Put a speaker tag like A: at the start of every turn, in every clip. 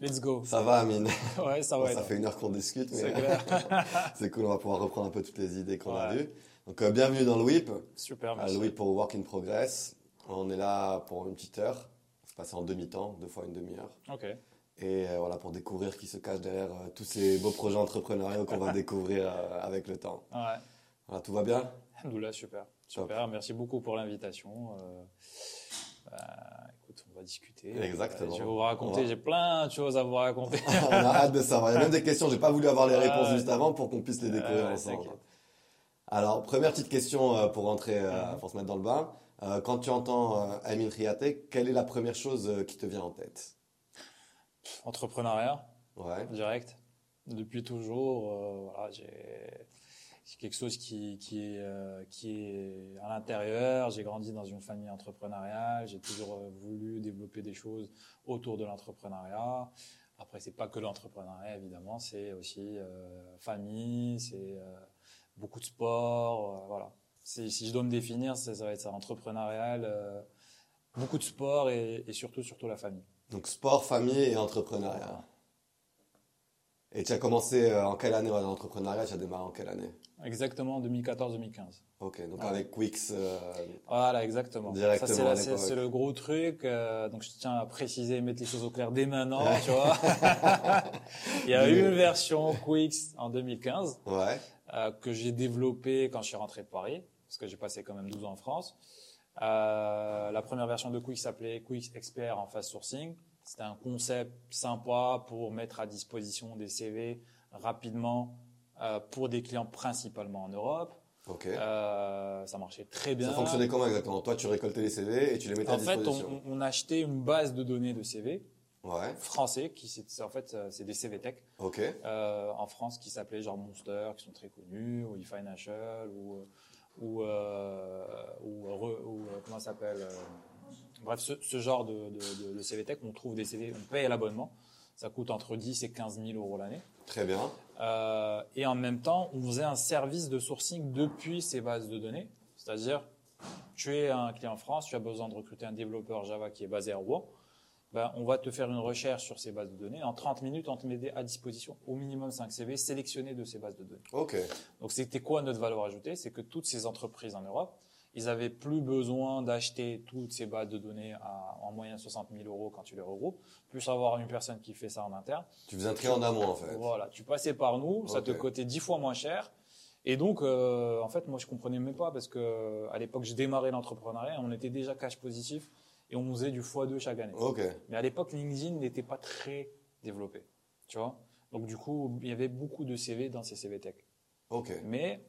A: Let's go.
B: Ça va, Amine
A: Ah Ouais, ça va.
B: Ça
A: toi.
B: fait une heure qu'on discute,
A: C'est
B: mais
A: clair.
B: c'est cool, on va pouvoir reprendre un peu toutes les idées qu'on a
A: Ouais.
B: vues. Donc, euh, bienvenue dans le WIP,
A: Super,
B: à
A: merci.
B: le WIP pour Work in Progress. On est là pour une petite heure, on se passe en demi-temps, deux fois une demi-heure.
A: Ok.
B: Et euh, voilà, pour découvrir qui se cache derrière euh, tous ces beaux projets entrepreneuriaux qu'on va découvrir euh, avec le temps.
A: Ouais.
B: Voilà, tout va bien
A: Alhamdoulilah, super. Super. Merci beaucoup pour l'invitation. Euh, bah, écoute, on va discuter.
B: Exactement.
A: Euh, Je vais vous
B: On
A: raconter.
B: va-
A: J'ai plein de choses à vous raconter.
B: Oh, On a hâte de savoir. Il y a même des questions, j'ai pas voulu avoir les
A: Ouais,
B: réponses
A: ouais.
B: juste avant pour qu'on puisse les découvrir
A: Ouais, ouais,
B: ensemble.
A: t'inquiète.
B: Alors, première petite question euh, pour rentrer, euh,
A: Mhm.
B: pour se mettre dans le bain. Euh, quand tu entends euh, Amin Riaté, quelle est la première chose euh, qui te vient en tête
A: Entrepreneuriat,
B: Ouais,
A: direct. Depuis toujours, euh, voilà, j'ai c'est quelque chose qui, qui, est, euh, qui est à l'intérieur. J'ai grandi dans une famille entrepreneuriale. J'ai toujours euh, voulu développer des choses autour de l'entrepreneuriat. Après, c'est pas que l'entrepreneuriat, évidemment. C'est aussi euh, famille, c'est euh, beaucoup de sport. euh, voilà. Si, si je dois me définir, ça, ça va être ça, entrepreneurial, euh, beaucoup de sport et, et surtout, surtout la famille.
B: donc sport, famille et entrepreneuriat. Et tu as commencé euh, en quelle année ouais, dans l'entrepreneuriat Tu as démarré en quelle année
A: Exactement 2014-2015.
B: Ok, donc
A: Ouais.
B: avec Wix. euh,
A: Voilà, exactement. Ça, c'est,
B: Directement à
A: la- c'est-
B: l'époque.
A: c'est le gros truc. euh, donc, je tiens à préciser et mettre les choses au clair dès maintenant, tu vois. Il y a eu une version Quix en 2015
B: ouais,
A: euh, que j'ai développée quand je suis rentré de Paris, parce que j'ai passé quand même 12 ans en France. Euh, la première version de Quix s'appelait Quix Expert en Fast Sourcing. C'était un concept sympa pour mettre à disposition des CV rapidement euh, pour des clients principalement en Europe.
B: ok.
A: Euh, ça marchait très bien.
B: Ça fonctionnait comment exactement Toi, tu récoltais les CV et tu les mettais à
A: En fait,
B: disposition.
A: on, on achetait une base de données de CV
B: Ouais,
A: français, qui c'est- en fait euh, c'est des CV tech
B: ok.
A: euh, en France qui s'appelaient genre Monster, qui sont très connus, ou eFinancial, ou ou euh, ou, re- ou, euh, comment ça s'appelle euh, Bref, ce, ce genre de, de, de- de CV tech, on trouve des CV, on paye l'abonnement, ça coûte entre 10 et 15 000 euros l'année.
B: Très bien.
A: Euh, et en même temps, on faisait un service de sourcing depuis ces bases de données. C'est-à-dire, tu es un client en France, tu as besoin de recruter un développeur Java qui est basé à Rouen. Ben, on va te faire une recherche sur ces bases de données. En 30 minutes, on te met à disposition au minimum 5 CV sélectionnés de ces bases de données.
B: Ok.
A: Donc, c'était quoi notre valeur ajoutée C'est que toutes ces entreprises en Europe, ils avaient plus besoin d'acheter toutes ces bases de données à, en moyenne 60 000 euros quand tu les regroupes, plus avoir une personne qui fait ça en interne.
B: Tu faisais un tri en amont en fait.
A: Voilà, tu passais par nous, ça te
B: Ok.
A: coûtait 10 fois moins cher. Et donc, euh, en fait, moi, je comprenais même pas parce que à l'époque, je démarrais l'entrepreneuriat, on était déjà cash positif et on faisait du x2 chaque année.
B: Ok.
A: Mais à l'époque, LinkedIn n'était pas très développé, tu vois. Donc, du coup, il y avait beaucoup de CV dans ces CV tech.
B: Ok.
A: Mais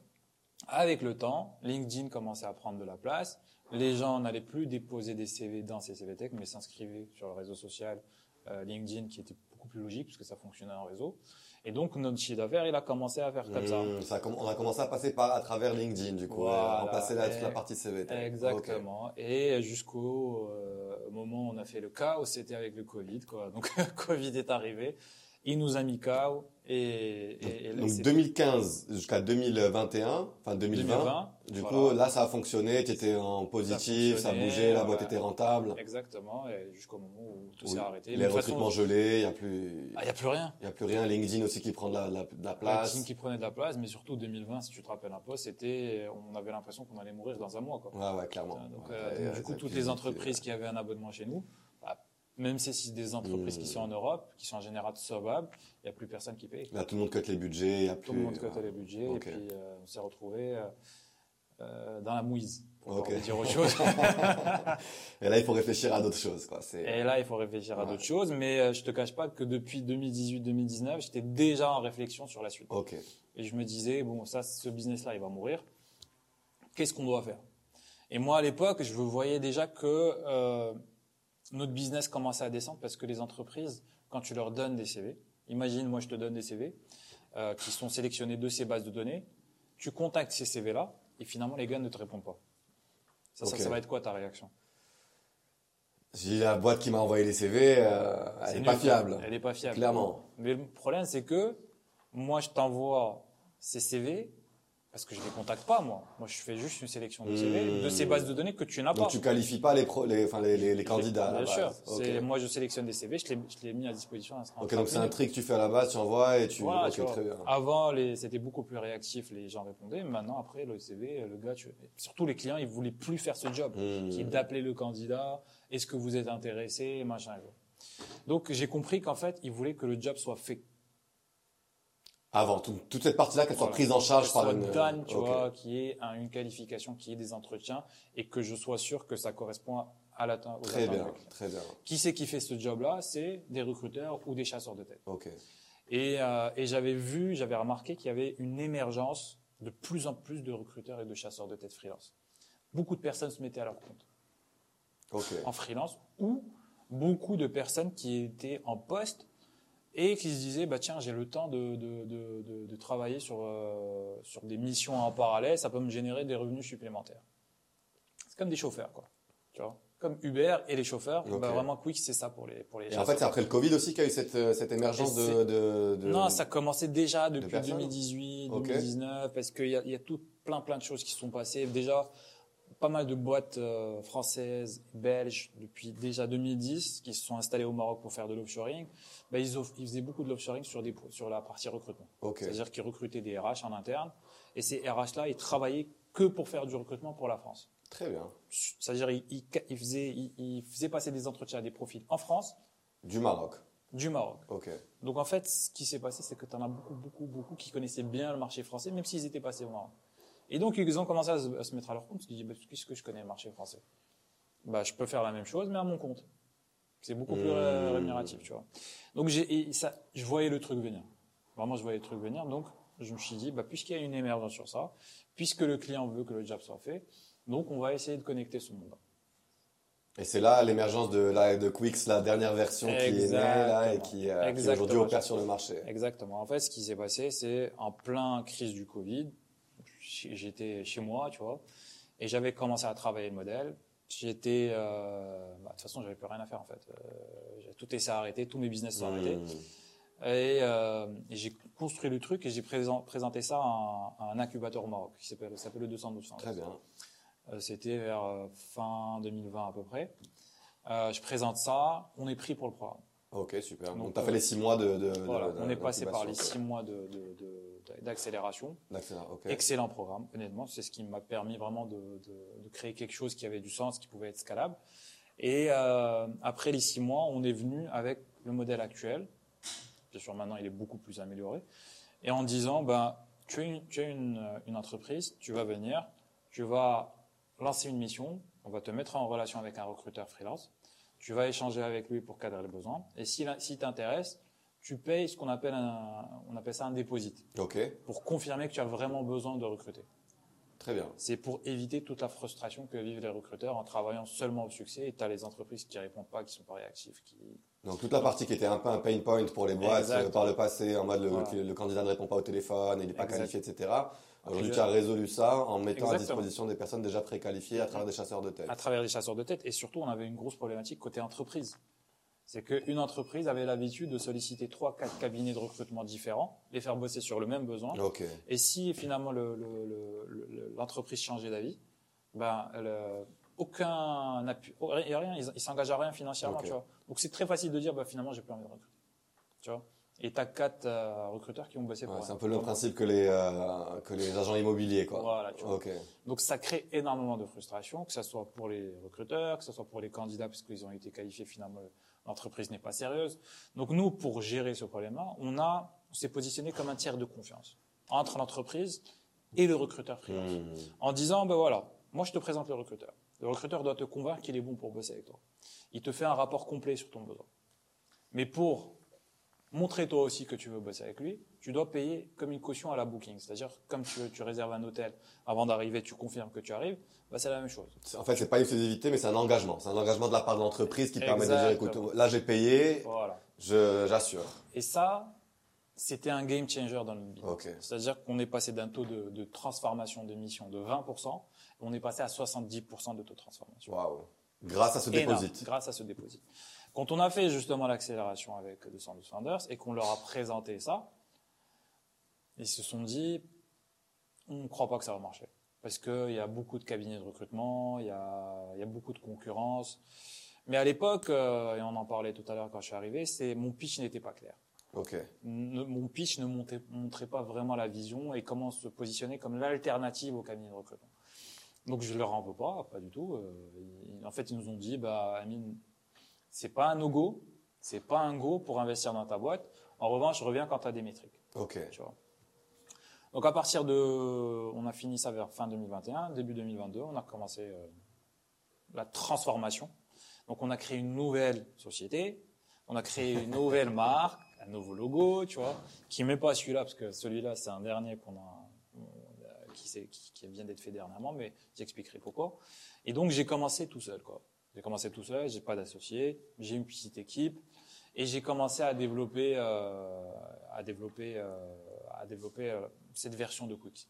A: avec le temps, LinkedIn commençait à prendre de la place. Les gens n'allaient plus déposer des CV dans ces CV Tech, mais s'inscrivaient sur le réseau social euh, LinkedIn, qui était beaucoup plus logique puisque ça fonctionnait en réseau. Et donc notre chiffre d'affaires, il a commencé à faire comme ça.
B: Hmm, ça com- on a commencé à passer par à travers LinkedIn du coup,
A: Voilà.
B: euh, remplacer la,
A: Et-
B: la partie CV. t'as-
A: Exactement. Et jusqu'au euh, moment où on a fait le chaos, c'était avec le Covid. Quoi. Donc Covid est arrivé, il nous a mis chaos. Et,
B: ok.
A: et, et là,
B: Donc
A: c'est-
B: 2015 jusqu'à 2021, enfin 2020. Du
A: voilà.
B: coup, là, ça a fonctionné. Tu étais en positif, ça,
A: fonctionnait,
B: bougeait, la boîte
A: ouais.
B: était rentable.
A: Exactement, et jusqu'au moment où tout
B: Oui.
A: s'est arrêté.
B: Les
A: Mais de toute
B: recrutements
A: façon, ah,
B: gelés, il n'y a plus,
A: Il n'y a plus rien.
B: il y a plus rien. LinkedIn aussi qui prend de la, de la- de la
A: La
B: place.
A: team qui prenait de la place, mais surtout 2020, si tu te rappelles un peu, c'était, on avait l'impression qu'on allait mourir dans un mois. Quoi.
B: Ouais, ouais, clairement.
A: Donc,
B: Ouais,
A: euh,
B: ouais,
A: donc,
B: ouais,
A: du coup,
B: ça
A: toutes
B: pue,
A: les
B: ça
A: entreprises qui avaient un abonnement chez nous, bah, même si c'est des entreprises
B: Mmh.
A: qui sont en Europe, qui sont en général solvables, il n'y a plus personne qui paye.
B: pue. Là, tout le monde cote les budgets. il Y a
A: Tout
B: plus,
A: le monde
B: ouais.
A: cotait les budgets,
B: Ok.
A: et puis euh, on s'est retrouvé dans la mouise, pour
B: Ok.
A: pas dire autre chose.
B: Et là, il faut réfléchir à d'autres choses. Quoi. C'est-
A: Et là, il faut réfléchir à
B: Ouais.
A: d'autres choses, mais euh, je te cache pas que depuis 2018-2019, j'étais déjà en réflexion sur la suite.
B: Ok.
A: Et je me disais, bon, ça, ce business-là, il va mourir. Qu'est-ce qu'on doit faire Et moi, à l'époque, je voyais déjà que euh, notre business commençait à descendre parce que les entreprises, quand tu leur donnes des CV, imagine, moi, je te donne des CV euh, qui sont sélectionnés de ces bases de données, tu contactes ces CV-là et finalement, les gars ne te répondent pas. Ça,
B: Ok.
A: ça, ça va être quoi ta réaction
B: Si la boîte qui m'a envoyé les CV, euh,
A: C'est
B: elle n'est
A: nul,
B: pas
A: quoi.
B: fiable.
A: Elle n'est pas fiable.
B: Clairement.
A: Mais le problème, c'est que moi, je t'envoie ces CV Parce que je les contacte pas, moi. Moi, je fais juste une sélection de CV,
B: Mmh.
A: de ces bases de données que tu n'as pas.
B: Donc tu qualifies pas les, pro- les, enfin, les, les, les
A: Je-
B: candidats. à la
A: Bien sûr.
B: base. Ok.
A: C'est- Moi, je sélectionne des CV, je les, je les mis à disposition. en- en 30
B: Ok, donc c'est un
A: minutes.
B: tri que tu fais à la base, tu envoies et tu.
A: Voilà,
B: ok,
A: tu vois.
B: très bien.
A: Avant, les- c'était beaucoup plus réactif, les gens répondaient. Maintenant, après, le CV, le gars, tu- surtout les clients, ils voulaient plus faire ce job,
B: Hmm.
A: qui est d'appeler le candidat, est-ce que vous êtes intéressé, machin. Donc, j'ai compris qu'en fait, ils voulaient que le job soit fait.
B: Avant, tout- toute cette partie-là, qu'elle soit
A: Voilà.
B: prise en
A: Que
B: charge
A: ce
B: par
A: soit
B: une.
A: Dan, tu
B: euh, ok.
A: vois, qui est une qualification, qui est des entretiens, et que je sois sûr que ça correspond à l'atteinte. aux
B: Très
A: attentes
B: bien,
A: du client.
B: très bien.
A: Qui c'est qui fait ce job-là C'est des recruteurs ou des chasseurs de tête.
B: Ok.
A: Et, euh, et j'avais vu, j'avais remarqué qu'il y avait une émergence de plus en plus de recruteurs et de chasseurs de tête freelance. Beaucoup de personnes se mettaient à leur compte
B: Ok.
A: en freelance ou beaucoup de personnes qui étaient en poste et qui se disaient bah tiens j'ai le temps de, de, de, de- de travailler sur, euh, sur des missions en parallèle ça peut me générer des revenus supplémentaires c'est comme des chauffeurs quoi tu vois comme Uber et les chauffeurs
B: Ok.
A: bah, vraiment Quick c'est ça pour les pour les
B: Et en fait, c'est après le Covid aussi qu'il y a eu cette, euh, cette émergence
A: Et
B: de,
A: c'est-
B: de, de-
A: Non, ça commençait déjà depuis
B: personnes
A: 2018,
B: Ok.
A: 2019, parce qu'il y a, il y a tout plein plein de choses qui sont passées. Déjà, pas mal de boîtes euh, françaises, belges, depuis déjà 2010, qui se sont installées au Maroc pour faire de l'offshoring. Ben, ils, off- ils faisaient beaucoup de l'offshoring sur, des, sur la partie recrutement.
B: Ok.
A: C'est-à-dire qu'ils recrutaient des RH en interne, et ces RH-là, ils travaillaient que pour faire du recrutement pour la France.
B: Très bien.
A: C'est-à-dire ils, ils, ils faisaient, ils- ils faisaient passer des entretiens à des profils en France,
B: Du Maroc.
A: du Maroc.
B: Ok.
A: Donc en fait, ce qui s'est passé, c'est que tu en as beaucoup, beaucoup, beaucoup qui connaissaient bien le marché français, même s'ils étaient passés au Maroc. Et donc ils ont commencé à se, à se mettre à leur compte, parce qu'ils disent, Bah, qu'est-ce que je connais le marché français bah, Je peux faire la même chose, mais à mon compte. C'est beaucoup plus
B: Mmh.
A: euh, rémunératif, tu vois. Donc j'ai, et ça, je voyais le truc venir. Vraiment, je voyais le truc venir. Donc je me suis dit, bah, puisqu'il y a une émergence sur ça, puisque le client veut que le job soit fait, donc on va essayer de connecter ce monde.
B: Et c'est là l'émergence de, la, de Quix, la dernière version qui est née là et
A: Exactement.
B: qui, euh, qui
A: Exactement.
B: aujourd'hui opère sur le marché.
A: Exactement. En fait, ce qui s'est passé, c'est en plein crise du Covid, j- j'étais chez moi, tu vois, et j'avais commencé à travailler le modèle. J'étais, euh, bah, de toute façon, j'avais plus rien à faire en fait. Euh, j'ai- tout est- s'est arrêté, tous mes business sont arrêtés.
B: Hmm.
A: Et, euh, et j'ai construit le truc et j'ai présent- présenté ça à un, à un incubateur au Maroc qui s'appelle s'appelle le 212.
B: Très bien.
A: Euh, C'était vers euh, fin 2020 à peu près. Euh, je présente ça, on est pris pour le programme.
B: Ok, super.
A: Donc,
B: Donc, tu as fait
A: euh,
B: les six mois de. de, de-
A: Voilà,
B: de-
A: on est passé par les six
B: d'incubation.
A: mois de- de- de- d'accélération.
B: D'accord, ok.
A: Excellent programme, honnêtement. C'est ce qui m'a permis vraiment de, de- de créer quelque chose qui avait du sens, qui pouvait être scalable. Et euh, après les six mois, on est venu avec le modèle actuel. Bien sûr, maintenant, il est beaucoup plus amélioré. Et en disant, ben, tu es, une, tu es une- une entreprise, tu vas venir, tu vas lancer une mission, on va te mettre en relation avec un recruteur freelance, tu vas échanger avec lui pour cadrer le besoin. Et s'il si t'intéresse, tu payes ce qu'on appelle, un, on appelle ça un déposit
B: Ok,
A: pour confirmer que tu as vraiment besoin de recruter.
B: très bien.
A: C'est pour éviter toute la frustration que vivent les recruteurs en travaillant seulement au succès et tu as les entreprises qui répondent pas, qui sont pas réactives. Qui...
B: Donc toute la partie qui était un peu un pain point pour les boîtes
A: Exact.
B: euh, par le passé, en mode le,
A: Voilà.
B: le candidat ne répond pas au téléphone, il n'est pas
A: Exact.
B: qualifié, etc. Aujourd'hui,
A: je-
B: tu as résolu ça en mettant à
A: Exactement.
B: disposition des personnes déjà préqualifiées à travers des chasseurs de tête.
A: À travers les chasseurs de tête et surtout on avait une grosse problématique côté entreprise. C'est qu'une entreprise avait l'habitude de solliciter trois, quatre cabinets de recrutement différents, les faire bosser sur le même besoin.
B: Ok,
A: Et si finalement le- le- le- le- l'entreprise changeait d'avis, ben, le- aucun appui, oh, rien, rien, ils ils s'engagent à rien financièrement,
B: Ok.
A: tu vois. Donc c'est très facile de dire, bah, finalement, j'ai plus envie de recruter. Tu vois. Et t'as quatre euh, recruteurs qui ont bossé pour
B: Ouais,
A: rien.
B: c'est un peu le même principe que les, euh, que les agents immobiliers, quoi. Oh.
A: Voilà, tu vois.
B: Ok,
A: Donc ça crée énormément de frustration, que ce soit pour les recruteurs, que ce soit pour les candidats, parce qu'ils ont été qualifiés finalement, l'entreprise n'est pas sérieuse. Donc nous, pour gérer ce problème-là, on a, on s'est positionné comme un tiers de confiance entre l'entreprise et le recruteur freelance.
B: Hmm.
A: en disant ben voilà, moi je te présente le recruteur. Le recruteur doit te convaincre qu'il est bon pour bosser avec toi. Il te fait un rapport complet sur ton besoin. Mais pour montrer toi aussi que tu veux bosser avec lui, tu dois payer comme une caution à la booking. C'est-à-dire, comme tu, tu réserves un hôtel avant d'arriver, tu confirmes que tu arrives, bah, c'est la même chose.
B: C'est- Hmm. En fait, c'est pas une exclusivité, mais c'est un engagement. C'est un engagement de la part de l'entreprise qui permet de dire, écoute,
A: Exactement.
B: là j'ai payé,
A: Voilà.
B: je- j'assure.
A: Et ça, c'était un game changer dans le business.
B: Ok.
A: C'est-à-dire qu'on est passé d'un taux de, de transformation de mission de 20%, on est passé à 70% de taux de transformation.
B: Waouh. Grâce à ce
A: énorme,
B: déposit.
A: grâce à ce déposit. Quand on a fait justement l'accélération avec 212 Founders et qu'on leur a présenté ça, ils se sont dit, on ne croit pas que ça va marcher. Parce qu'il y a beaucoup de cabinets de recrutement, il y a, il y a beaucoup de concurrence. Mais à l'époque, euh, et on en parlait tout à l'heure quand je suis arrivé, c'est mon pitch n'était pas clair.
B: Ok.
A: Ne- mon pitch ne montait- montrait pas vraiment la vision et comment se positionner comme l'alternative au cabinet de recrutement. Donc je leur en veux pas, pas du tout. Euh, ils- en fait, ils nous ont dit, bah, Amine, c'est pas un no-go, c'est pas un go pour investir dans ta boîte. En revanche, reviens quand tu as des métriques.
B: Ok.
A: Tu vois. Donc à partir de, on a fini ça vers fin 2021, début 2022, on a commencé euh, la transformation. Donc on a créé une nouvelle société, on a créé une nouvelle marque, un nouveau logo, tu vois, qui met pas celui-là parce que celui-là c'est un dernier qu'on a, on- qui, s'est- qui- qui vient d'être fait dernièrement, mais j'expliquerai pourquoi. Et donc j'ai commencé tout seul, quoi. J'ai commencé tout seul, j'ai pas d'associé, j'ai une petite équipe et j'ai commencé à développer, euh, à développer, euh, à développer euh, cette version de Quick.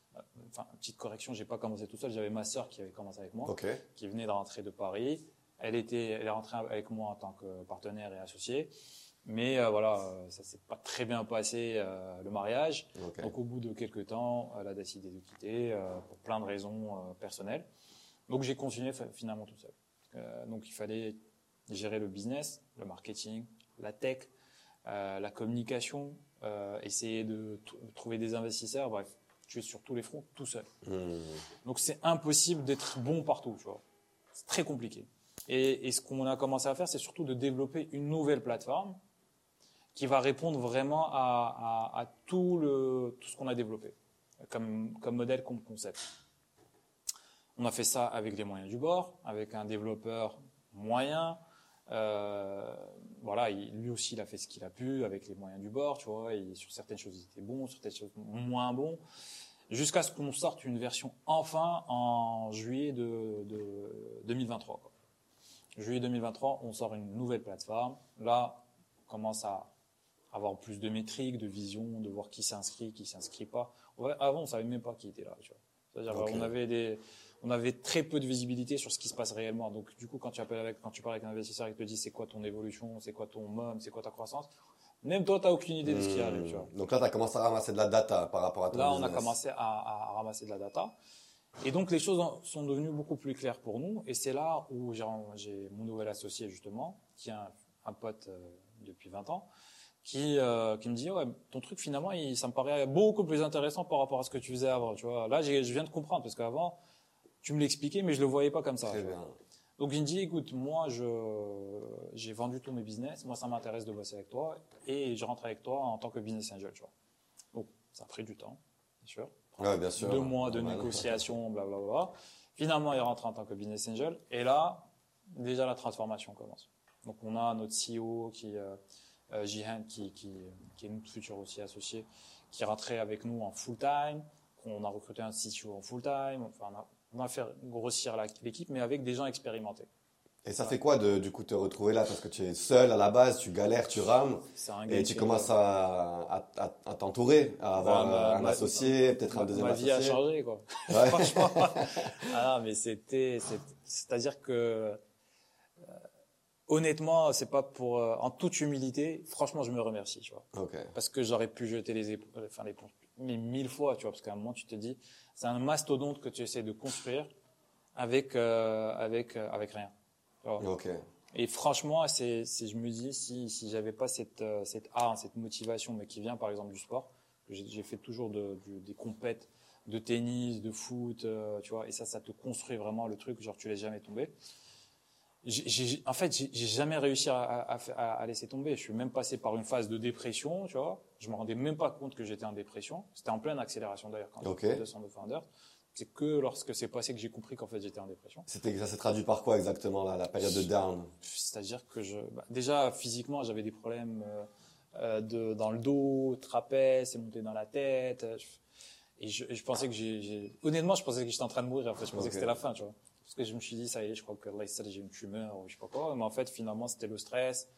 A: Enfin, petite correction, j'ai pas commencé tout seul, j'avais ma sœur qui avait commencé avec moi
B: Ok.
A: qui venait de rentrer de Paris. Elle était, elle est rentrée avec moi en tant que partenaire et associé. Mais euh, voilà, euh, ça s'est pas très bien passé euh, le mariage.
B: Ok.
A: Donc au bout de quelques temps, elle a décidé de quitter euh, pour plein de raisons euh, personnelles. Donc j'ai continué fa- finalement tout seul. Euh, donc il fallait gérer le business, le marketing, la tech, euh, la communication, euh, essayer de t- trouver des investisseurs. Bref, tu es sur tous les fronts tout seul.
B: Hmm.
A: Donc c'est impossible d'être bon partout, tu vois. C'est très compliqué. Et, et ce qu'on a commencé à faire, c'est surtout de développer une nouvelle plateforme qui va répondre vraiment à, à- à tout, le, tout ce qu'on a développé comme, comme modèle, comme concept. On a fait ça avec les moyens du bord, avec un développeur moyen. Euh, voilà, il- lui aussi, il a fait ce qu'il a pu avec les moyens du bord, tu vois. Et sur certaines choses, il était bon, sur certaines choses, moins bon jusqu'à ce qu'on sorte une version enfin en juillet de, de 2023. quoi. Juillet 2023, on sort une nouvelle plateforme. Là, on commence à avoir plus de métriques, de vision, de voir qui s'inscrit, qui s'inscrit pas. Ouais, avant, on savait même pas qui était là. tu vois. C'est-à-dire,
B: Ok.
A: on avait des, on avait très peu de visibilité sur ce qui se passe réellement. Donc, du coup, quand tu appelles avec, quand tu parles avec un investisseur, il te dit c'est quoi ton évolution, c'est quoi ton mom, c'est quoi ta croissance. Même toi, t'as aucune idée de ce qui
B: Hmm.
A: arrive, tu vois.
B: Donc là, tu as commencé à ramasser de la data par rapport à ton
A: Là, on a
B: business.
A: commencé à, à ramasser de la data. Et donc, les choses en- sont devenues beaucoup plus claires pour nous. Et c'est là où j'ai j'ai mon nouvel associé, justement, qui est un, un pote euh, depuis 20 ans, qui, euh, qui me dit, ouais, ton truc, finalement, il, ça me paraît beaucoup plus intéressant par rapport à ce que tu faisais avant. Tu vois, là, j'ai- je viens de comprendre, parce qu'avant, tu me l'expliquais, mais je le voyais pas comme ça.
B: Très
A: tu vois.
B: bien.
A: Donc il me dit, écoute, moi, je, j'ai vendu tous mes business, moi, ça m'intéresse de bosser avec toi, et je rentre avec toi en tant que business angel, tu vois. Donc, ça a pris du temps, bien sûr.
B: Ouais, bien sûr.
A: Deux mois de
B: Normal.
A: négociation, blablabla. Finalement, il rentre en tant que business angel, et là, déjà, la transformation commence. Donc, on a notre CEO qui, euh, euh, Jihan, qui, qui, qui est notre futur aussi associé, qui est rentré avec nous en full-time, qu'on a recruté un CTO en full-time, enfin, on a, on a fait grossir la- l'équipe, mais avec des gens expérimentés.
B: Et ça fait quoi de, du coup te retrouver là Parce que tu es seul à la base, tu galères, tu rames,
A: C'est un
B: et
A: gars
B: tu
A: qui- euh,
B: commences à, à, à- à t'entourer, à avoir
A: Bah, ma-
B: euh, un
A: ma-
B: associé, peut-être un deuxième
A: Ma vie
B: associé.
A: a changé, quoi.
B: Ouais.
A: Franchement. ah non, mais c'était, c'est- c'est-à-dire que, euh, honnêtement, c'est pas pour, euh, en toute humilité, franchement, je me remercie, tu vois.
B: Ok.
A: Parce que j'aurais pu jeter les épo- enfin, les mais mille fois, tu vois, parce qu'à un moment, tu te dis, c'est un mastodonte que tu essaies de construire avec, euh, avec, euh, avec rien. Tu vois.
B: Ok.
A: Et franchement, c'est, c'est- je me dis, si, si j'avais pas cette, euh, cette art, cette motivation, mais qui vient par exemple du sport, que j'ai, j'ai fait toujours de, du- des compètes de tennis, de foot, euh, tu vois, et ça, ça te construit vraiment le truc, genre tu laisses jamais tomber. J'ai, j'ai- en fait, j'ai, j'ai jamais réussi à, à- à fa- à- à laisser tomber. Je suis même passé par une phase de dépression, tu vois. Je me rendais même pas compte que j'étais en dépression. C'était en pleine accélération d'ailleurs quand
B: Ok.
A: j'ai fait 200 de Founders. C'est que lorsque c'est passé que j'ai compris qu'en fait j'étais en dépression.
B: C'était, ça s'est traduit par quoi exactement là, la période de down
A: C'est-à-dire que je, bah, déjà physiquement, j'avais des problèmes euh, euh, de, dans le dos, trapèze, c'est monté dans la tête. euh, je- et, je, et je pensais que j'ai, j'ai- honnêtement, je pensais que j'étais en train de mourir. En fait, je pensais
B: Ok.
A: que c'était la fin, tu vois. Parce que je me suis dit, ça y est, je crois que là, ça, j'ai une tumeur ou je sais pas quoi. Mais en fait, finalement, c'était le stress.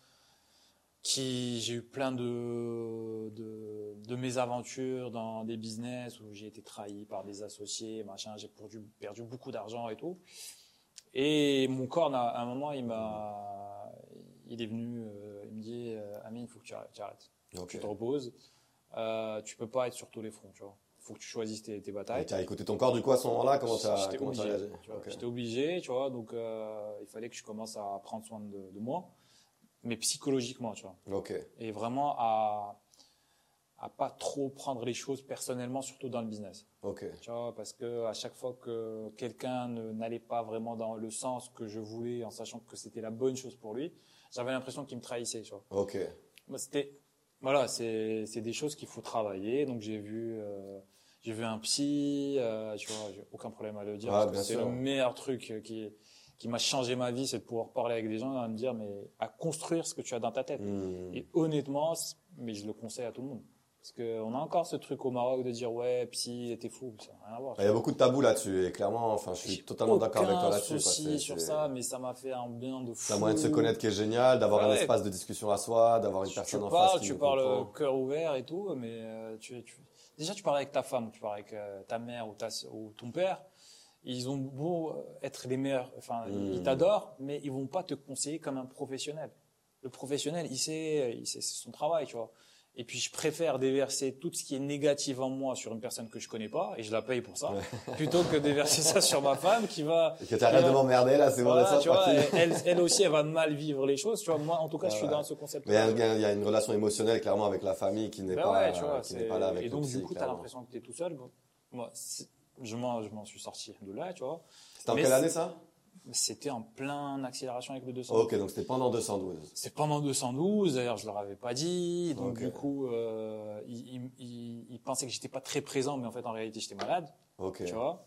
A: Qui, j'ai eu plein de, de, de mésaventures dans des business où j'ai été trahi par des associés, machin. J'ai perdu, perdu beaucoup d'argent et tout. Et mon corps, n'a- à un moment, il m'a, il est venu, euh, il me dit, euh, Amine, il faut que tu arrêtes. Tu arrêtes.
B: Ok.
A: Tu te reposes. Euh, tu peux pas être sur tous les fronts, tu vois. faut que tu choisisses tes, tes
B: Et
A: batailles.
B: t'as écouté ton corps du coup à ce moment-là Comment t'as
A: J'étais
B: comment t'as
A: obligé,
B: réagi
A: tu vois.
B: Ok.
A: J'étais obligé, tu vois, donc euh, il fallait que je commence à prendre soin de, de moi, mais psychologiquement, tu vois.
B: Ok.
A: Et vraiment à à pas trop prendre les choses personnellement, surtout dans le business.
B: Ok.
A: Tu vois, parce que à chaque fois que quelqu'un ne- n'allait pas vraiment dans le sens que je voulais, en sachant que c'était la bonne chose pour lui, j'avais l'impression qu'il me trahissait, tu vois.
B: Ok.
A: Moi, c'était voilà, c'est c'est des choses qu'il faut travailler. Donc j'ai vu euh, j'ai vu un psy, euh, tu vois, j'ai aucun problème à le dire
B: Ouais,
A: parce que
B: Ah, bien
A: c'est
B: sûr.
A: le meilleur truc euh, qui qui m'a changé ma vie, c'est de pouvoir parler avec des gens et me dire mais à construire ce que tu as dans ta tête.
B: Hmm.
A: Et honnêtement, c'est- mais je le conseille à tout le monde parce que on a encore ce truc au Maroc de dire ouais, psy, t'es fou, ça n'a rien à voir.
B: Il y a beaucoup de tabous là-dessus et clairement, enfin, je
A: J'ai
B: suis totalement d'accord avec toi
A: aucun
B: là-dessus. quoi.
A: souci
B: C'est-
A: sur
B: c'est-
A: ça, mais ça m'a fait un bien de fou.
B: C'est un moyen de se connaître qui est génial, d'avoir
A: Ah
B: un
A: ouais.
B: espace de discussion à soi, d'avoir une
A: Tu-
B: personne
A: tu
B: en
A: parles,
B: face qui
A: tu
B: nous
A: parles
B: comprend.
A: cœur ouvert et tout, mais euh, tu, tu- déjà tu parles avec ta femme, tu parles avec euh, ta mère ou, ta, s- ou ton père. Ils ont beau euh, être les meilleurs, enfin
B: Mm.
A: ils t'adorent, mais ils vont pas te conseiller comme un professionnel. Le professionnel, il sait, il sait c'est son travail, tu vois. Et puis je préfère déverser tout ce qui est négatif en moi sur une personne que je connais pas et je la paye pour ça, plutôt que déverser ça sur ma femme qui va
B: Et que t'arrêtes de m'emmerder là, c'est bon,
A: euh, voilà,
B: laisse ça
A: tu vois,
B: tranquille.
A: elle, elle- elle aussi, elle va mal vivre les choses. Tu vois, moi, en tout cas,
B: Ah
A: je suis
B: ouais.
A: dans ce concept.
B: Mais il y a un- il y, a- il y a une relation émotionnelle clairement avec la famille qui n'est
A: Bah
B: pas,
A: ouais, tu vois,
B: qui
A: c'est-
B: n'est pas là avec
A: Et donc,
B: le psy,
A: du coup, tu as
B: clairement.
A: l'impression que tu es tout seul. Bon, Moi, c'est- je m'en, je m'en suis sorti de là, tu vois.
B: C'était en
A: Mais
B: quelle
A: c'est-
B: année ça
A: C'était en plein accélération avec le 200.
B: Ok, donc c'était pendant 212.
A: C'est pendant 212, d'ailleurs, je leur avais pas dit. Donc,
B: Ok.
A: du coup, euh, ils, ils- ils- ils pensaient que j'étais pas très présent, mais en fait, en réalité, j'étais malade,
B: Ok.
A: tu vois.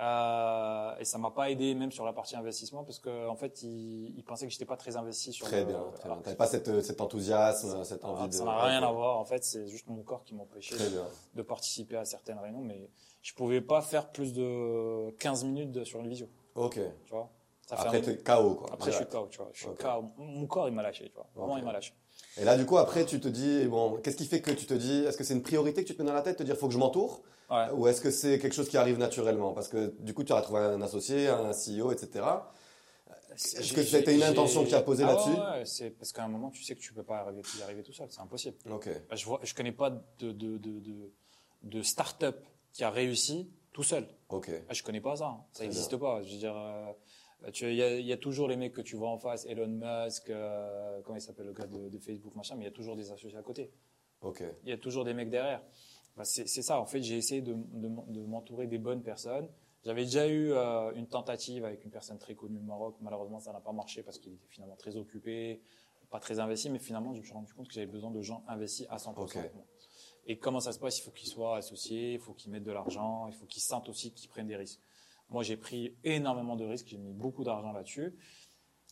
A: Euh, et ça m'a pas aidé même sur la partie investissement parce que en fait ils, ils pensaient que j'étais pas très investi sur
B: Très
A: le-
B: bien, très bien.
A: alors-
B: T'avais pas cette, euh, cet enthousiasme,
A: Ça-
B: cette
A: alors
B: envie
A: que
B: de.
A: Ah, ça n'a rien
B: Ok.
A: à voir en fait c'est juste mon corps qui m'empêchait
B: Très bien.
A: de participer à certaines réunions, mais je pouvais pas faire plus de 15 minutes de- sur une visio,
B: Ok.
A: tu vois. Ça fait
B: Après,
A: un-
B: t'es KO quoi.
A: Après, je suis
B: direct.
A: KO, tu vois. Je suis
B: Ok.
A: KO. Mon corps, il m'a lâché, tu vois. Vraiment,
B: Ok.
A: il m'a lâché.
B: Et là, du coup, après, tu te dis, bon, qu'est-ce qui fait que tu te dis, est-ce que c'est une priorité que tu te mets dans la tête, te dire, faut que je m'entoure,
A: Ouais.
B: ou est-ce que c'est quelque chose qui arrive naturellement Parce que du coup, tu as trouvé un associé, un E CEO, etc. Est-ce que
A: J'ai-
B: c'était une
A: j'ai-
B: intention que tu as posée
A: Ah ouais,
B: là-dessus
A: ouais, c'est parce qu'à un moment, tu sais que tu peux pas arriver, y arriver tout seul. C'est impossible.
B: Ok.
A: Je vois, je connais pas de, de, de, de, de start-up qui a réussi tout seul.
B: Ok.
A: Ah, Je connais pas ça. Ça
B: Très
A: n'existe pas. Je veux dire, euh, tu- il y, a- il y a toujours les mecs que tu vois en face, Elon Musk, euh, comment il s'appelle le gars de, de Facebook, machin, mais il y a toujours des associés à côté.
B: Ok.
A: Il y a toujours des mecs derrière. Bah, c'est c'est ça. En fait, j'ai essayé de, de m- de m'entourer des bonnes personnes. J'avais déjà eu euh, une tentative avec une personne très connue au Maroc. Malheureusement, ça n'a pas marché parce qu'il était finalement très occupé, pas très investi. Mais finalement, je me suis rendu compte que j'avais besoin de gens investis à 100%.
B: Ok.
A: avec moi. Et comment ça se passe Il faut qu'ils soient associés, il faut qu'ils mettent de l'argent, il faut qu'ils sentent aussi qu'ils prennent des risques. Moi, j'ai pris énormément de risques, j'ai mis beaucoup d'argent là-dessus.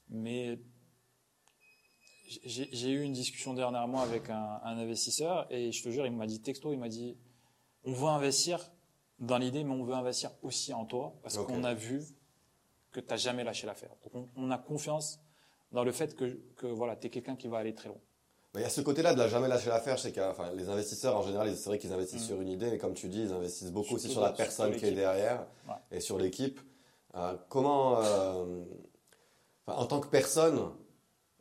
A: Mais j'ai j'ai eu une discussion dernièrement avec un, un investisseur et je te jure, il m'a dit texto, il m'a dit, on veut investir dans l'idée, mais on veut investir aussi en toi parce
B: Ok.
A: qu'on a vu que tu n'as jamais lâché l'affaire. Donc, on, on a confiance dans le fait que, que voilà, tu es quelqu'un qui va aller très loin.
B: Mais il y a ce côté-là de la jamais lâcher l'affaire, c'est que enfin, les investisseurs en général, c'est vrai qu'ils investissent
A: Mm.
B: sur une idée, mais comme tu dis, ils investissent beaucoup
A: Surtout
B: aussi sur
A: dans-
B: la
A: surtout
B: personne qui est
A: l'équipe.
B: derrière
A: Ouais.
B: et sur l'équipe. Euh, comment, euh, enfin, en tant que personne,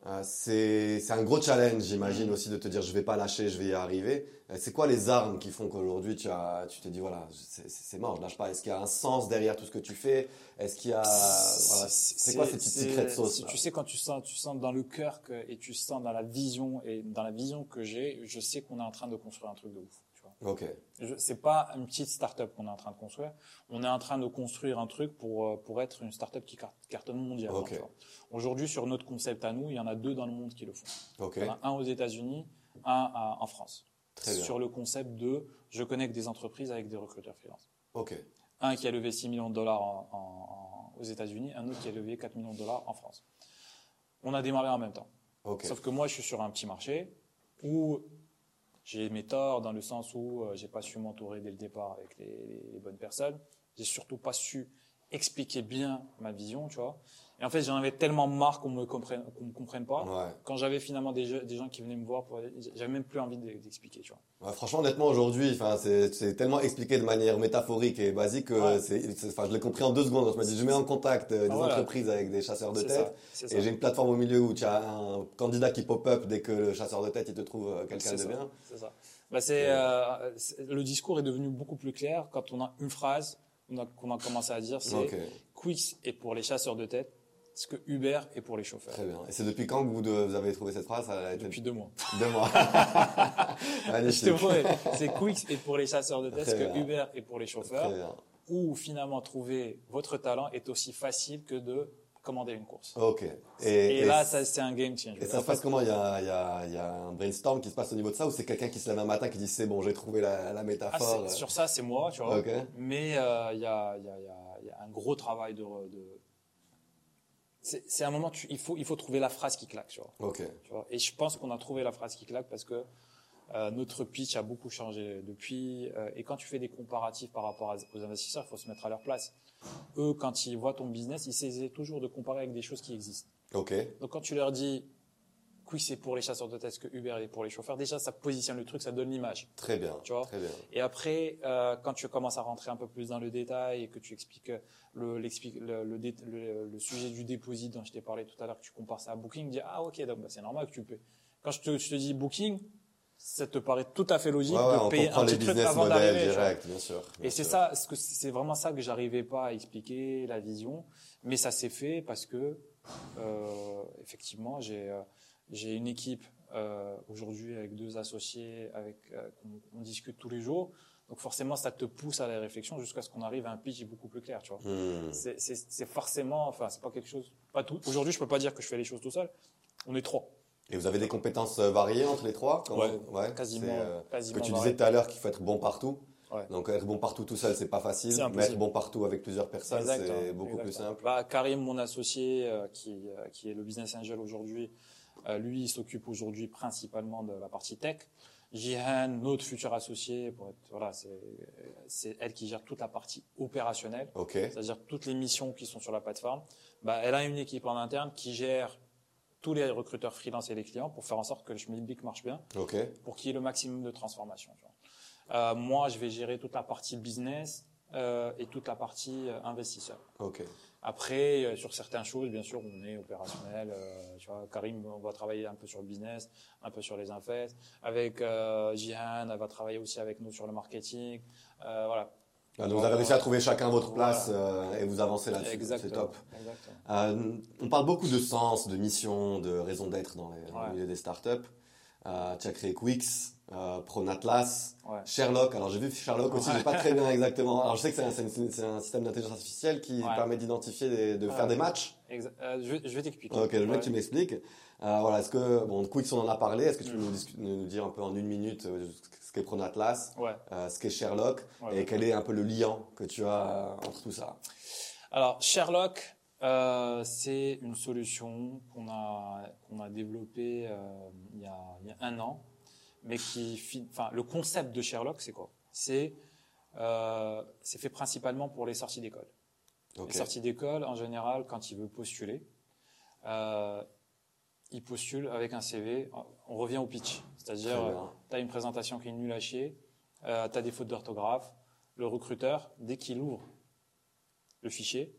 B: euh, c'est c'est un gros challenge, j'imagine
A: Mm.
B: aussi, de te dire je vais pas lâcher, je vais y arriver. Euh, C'est quoi les armes qui font qu'aujourd'hui tu as, tu te dis voilà, c'est c'est mort, je lâche pas. Est-ce qu'il y a un sens derrière tout ce que tu fais Est-ce qu'il y a, Ah, voilà, c'est quoi ces petites
A: c'est-
B: secrets de sauce
A: c'est-
B: là
A: Tu sais, quand tu sens, tu sens dans le cœur que, et tu sens dans la vision, et dans la vision que j'ai, je sais qu'on est en train de construire un truc de ouf. Tu vois.
B: Ok,
A: Je- C'est pas une petite start-up qu'on est en train de construire. On est en train de construire un truc pour, euh, pour être une start-up qui car- cartonne mondialement.
B: Ok.
A: tu vois. Aujourd'hui, sur notre concept à nous, il y en a deux dans le monde qui le font.
B: ok,
A: Il y en a un aux États-Unis, un à- en France.
B: Très bien.
A: Sur le concept de je connecte des entreprises avec des recruteurs freelance.
B: ok,
A: Un qui a levé 6 millions de dollars en- en- en- aux États-Unis, un autre qui a levé 4 millions de dollars en France. On a démarré en même temps.
B: ok.
A: Sauf que moi, je suis sur un petit marché où j'ai mes torts dans le sens où euh, j'ai pas su m'entourer dès le départ avec les, les- les bonnes personnes. J'ai surtout pas su expliquer bien ma vision, tu vois. Et en fait, j'en avais tellement marre qu'on me comprenne, qu'on me comprenne pas.
B: Ouais.
A: Quand j'avais finalement des, jeux- des gens qui venaient me voir, pour- j'avais même plus envie de- d'expliquer, tu vois.
B: Ouais, franchement, honnêtement, aujourd'hui, enfin, c'est c'est tellement expliqué de manière métaphorique et basique que
A: Ouais.
B: c'est, c'est- enfin, je l'ai compris en deux secondes. Je me dis, je mets en contact euh, des
A: Ah, voilà.
B: entreprises avec des chasseurs de
A: C'est
B: tête.
A: ça, c'est ça.
B: Et j'ai une plateforme au milieu où tu as un candidat qui pop-up dès que le chasseur de tête, il te trouve euh,
A: C'est
B: quelqu'un de
A: ça,
B: bien.
A: c'est ça. Bah, c'est, euh, c'est- le discours est devenu beaucoup plus clair quand on a une phrase qu'on a, qu'on a commencé à dire, c'est
B: Ok,
A: Quix est pour les chasseurs de tête, ce que Uber est pour les chauffeurs.
B: très bien. Et c'est depuis quand que vous, deux- vous avez trouvé cette phrase Elle a été
A: Depuis deux mois.
B: deux mois. Allez,
A: Je te promets, c'est Quix est pour les chasseurs de tête, ce
B: Très
A: que
B: bien.
A: Uber est pour les
B: Très
A: chauffeurs,
B: bien.
A: où finalement trouver votre talent est aussi facile que de commander une course.
B: Ok.
A: Et, là,
B: c-
A: ça, c'est un game changer.
B: Et ça se passe comment il y, a, il y a- il y a un brainstorm qui se passe au niveau de ça ou c'est quelqu'un qui se lève un matin qui dit c'est bon j'ai trouvé la,
A: Ah,
B: la
A: c'est-
B: métaphore euh,
A: sur ça, c'est moi, tu vois.
B: Ok.
A: Mais euh, il y, a, il y a- il y a- il y a un gros travail de. re- de- C'est c'est un moment, tu- il, faut, il faut trouver la phrase qui claque, tu vois.
B: Ok.
A: tu vois. Et je pense qu'on a trouvé la phrase qui claque parce que euh, notre pitch a beaucoup changé depuis. euh, et quand tu fais des comparatifs par rapport à- aux investisseurs, il faut se mettre à leur place. Eux, quand ils voient ton business, ils essaient toujours de comparer avec des choses qui existent.
B: Ok.
A: Donc quand tu leur dis que c'est pour les chasseurs de test que Uber est pour les chauffeurs, déjà ça positionne le truc, ça donne l'image.
B: Très bien.
A: Tu vois
B: Très bien.
A: Et après, euh, quand tu commences à rentrer un peu plus dans le détail et que tu expliques euh, le, l'explique- le, le dé- le- le sujet du dépôt dont je t'ai parlé tout à l'heure, que tu compares ça à Booking, tu dis Ah, ok, donc bah, c'est normal que tu paies. Quand je te, je te dis Booking, ça te paraît tout à fait logique
B: Ouais, ouais,
A: de
B: on
A: payer
B: comprend
A: un
B: les
A: petit truc
B: business
A: avant d'arriver.
B: models
A: tu vois.
B: direct, bien sûr. bien
A: Et c'est
B: sûr.
A: ça, ce que- c'est vraiment ça que j'arrivais pas à expliquer, la vision. Mais ça s'est fait parce que, euh, effectivement, j'ai euh, j'ai une équipe euh, aujourd'hui avec deux associés, avec euh, qu'on on discute tous les jours. Donc forcément, ça te pousse à la réflexion jusqu'à ce qu'on arrive à un pitch beaucoup plus clair, tu vois.
B: Hmm.
A: C'est- C'est c'est forcément, enfin, c'est pas quelque chose, pas tout. Aujourd'hui, je peux pas dire que je fais les choses tout seul. On est trois,
B: Et vous avez des compétences euh, variées entre les trois comment-
A: Ouais,
B: c'est,
A: quasiment,
B: euh, ce
A: quasiment.
B: que tu
A: variés.
B: disais tout à l'heure qu'il faut être bon partout.
A: Ouais.
B: Donc euh, être bon partout tout seul, c'est pas facile.
A: C'est
B: Mais
A: impossible.
B: être bon partout avec plusieurs personnes,
A: Exact,
B: c'est
A: hein,
B: beaucoup
A: exact,
B: plus
A: hein.
B: simple.
A: Bah, Karim, mon associé, euh, qui, euh, qui est le business angel aujourd'hui, euh, lui, il s'occupe aujourd'hui principalement de la partie tech. Jihan, notre futur associé, pour être- voilà, c'est euh, c'est elle qui gère toute la partie opérationnelle,
B: Ok.
A: c'est-à-dire toutes les missions qui sont sur la plateforme. Bah, elle a une équipe en interne qui gère tous les recruteurs freelance et les clients pour faire en sorte que le schmilblick marche bien
B: Ok.
A: pour qu'il y ait le maximum de transformation. tu vois. Euh, moi, je vais gérer toute la partie business euh, et toute la partie euh, investisseur.
B: Ok.
A: Après, euh, sur certaines choses, bien sûr, on est opérationnel. euh, tu vois, Karim, on va travailler un peu sur le business, un peu sur les infests. Avec euh, Jihan, elle va travailler aussi avec nous sur le marketing. Euh, voilà.
B: Ah, donc vous avez réussi à trouver chacun votre
A: Voilà.
B: place euh, et vous avancez là-dessus. C'est
A: Exactement.
B: top.
A: Exactement.
B: Euh, on parle beaucoup de sens, de mission, de raison d'être dans, les, dans
A: Ouais.
B: le milieu des startups. Euh, tu as créé Quix, euh, Pronatlas,
A: Ouais.
B: Sherlock. Alors j'ai vu Sherlock aussi,
A: Ouais.
B: j'ai pas très bien exactement. Alors je sais que c'est un, c'est une- c'est un système d'intelligence artificielle qui
A: Ouais.
B: permet d'identifier, des- de faire
A: Ouais.
B: des matchs.
A: Exa- euh, je, vais- je vais t'expliquer.
B: Ok, le
A: Ouais.
B: mec tu m'expliques. Euh, voilà, est-ce que bon Quix on en a parlé. Est-ce que tu peux
A: Mm.
B: nous, discu- nous dire un peu en une minute euh, ce qu'est Pronatlas,
A: Ouais.
B: euh, ce qu'est Sherlock
A: ouais.
B: et quel est un peu le lien que tu as euh, entre tout ça
A: Alors, Sherlock, euh, c'est une solution qu'on a, qu'on a développée euh, il, y a, il y a un an, mais qui, fi- enfin, le concept de Sherlock, c'est quoi C'est euh, c'est fait principalement pour les sorties d'école.
B: Ok.
A: Les sorties d'école, en général, quand il veut postuler, euh, il postule avec un CV. On revient au pitch,
B: Très
A: c'est-à-dire euh,
B: bien.
A: tu as une présentation qui est nulle à chier, tu as des fautes d'orthographe. Le recruteur, dès qu'il ouvre le fichier,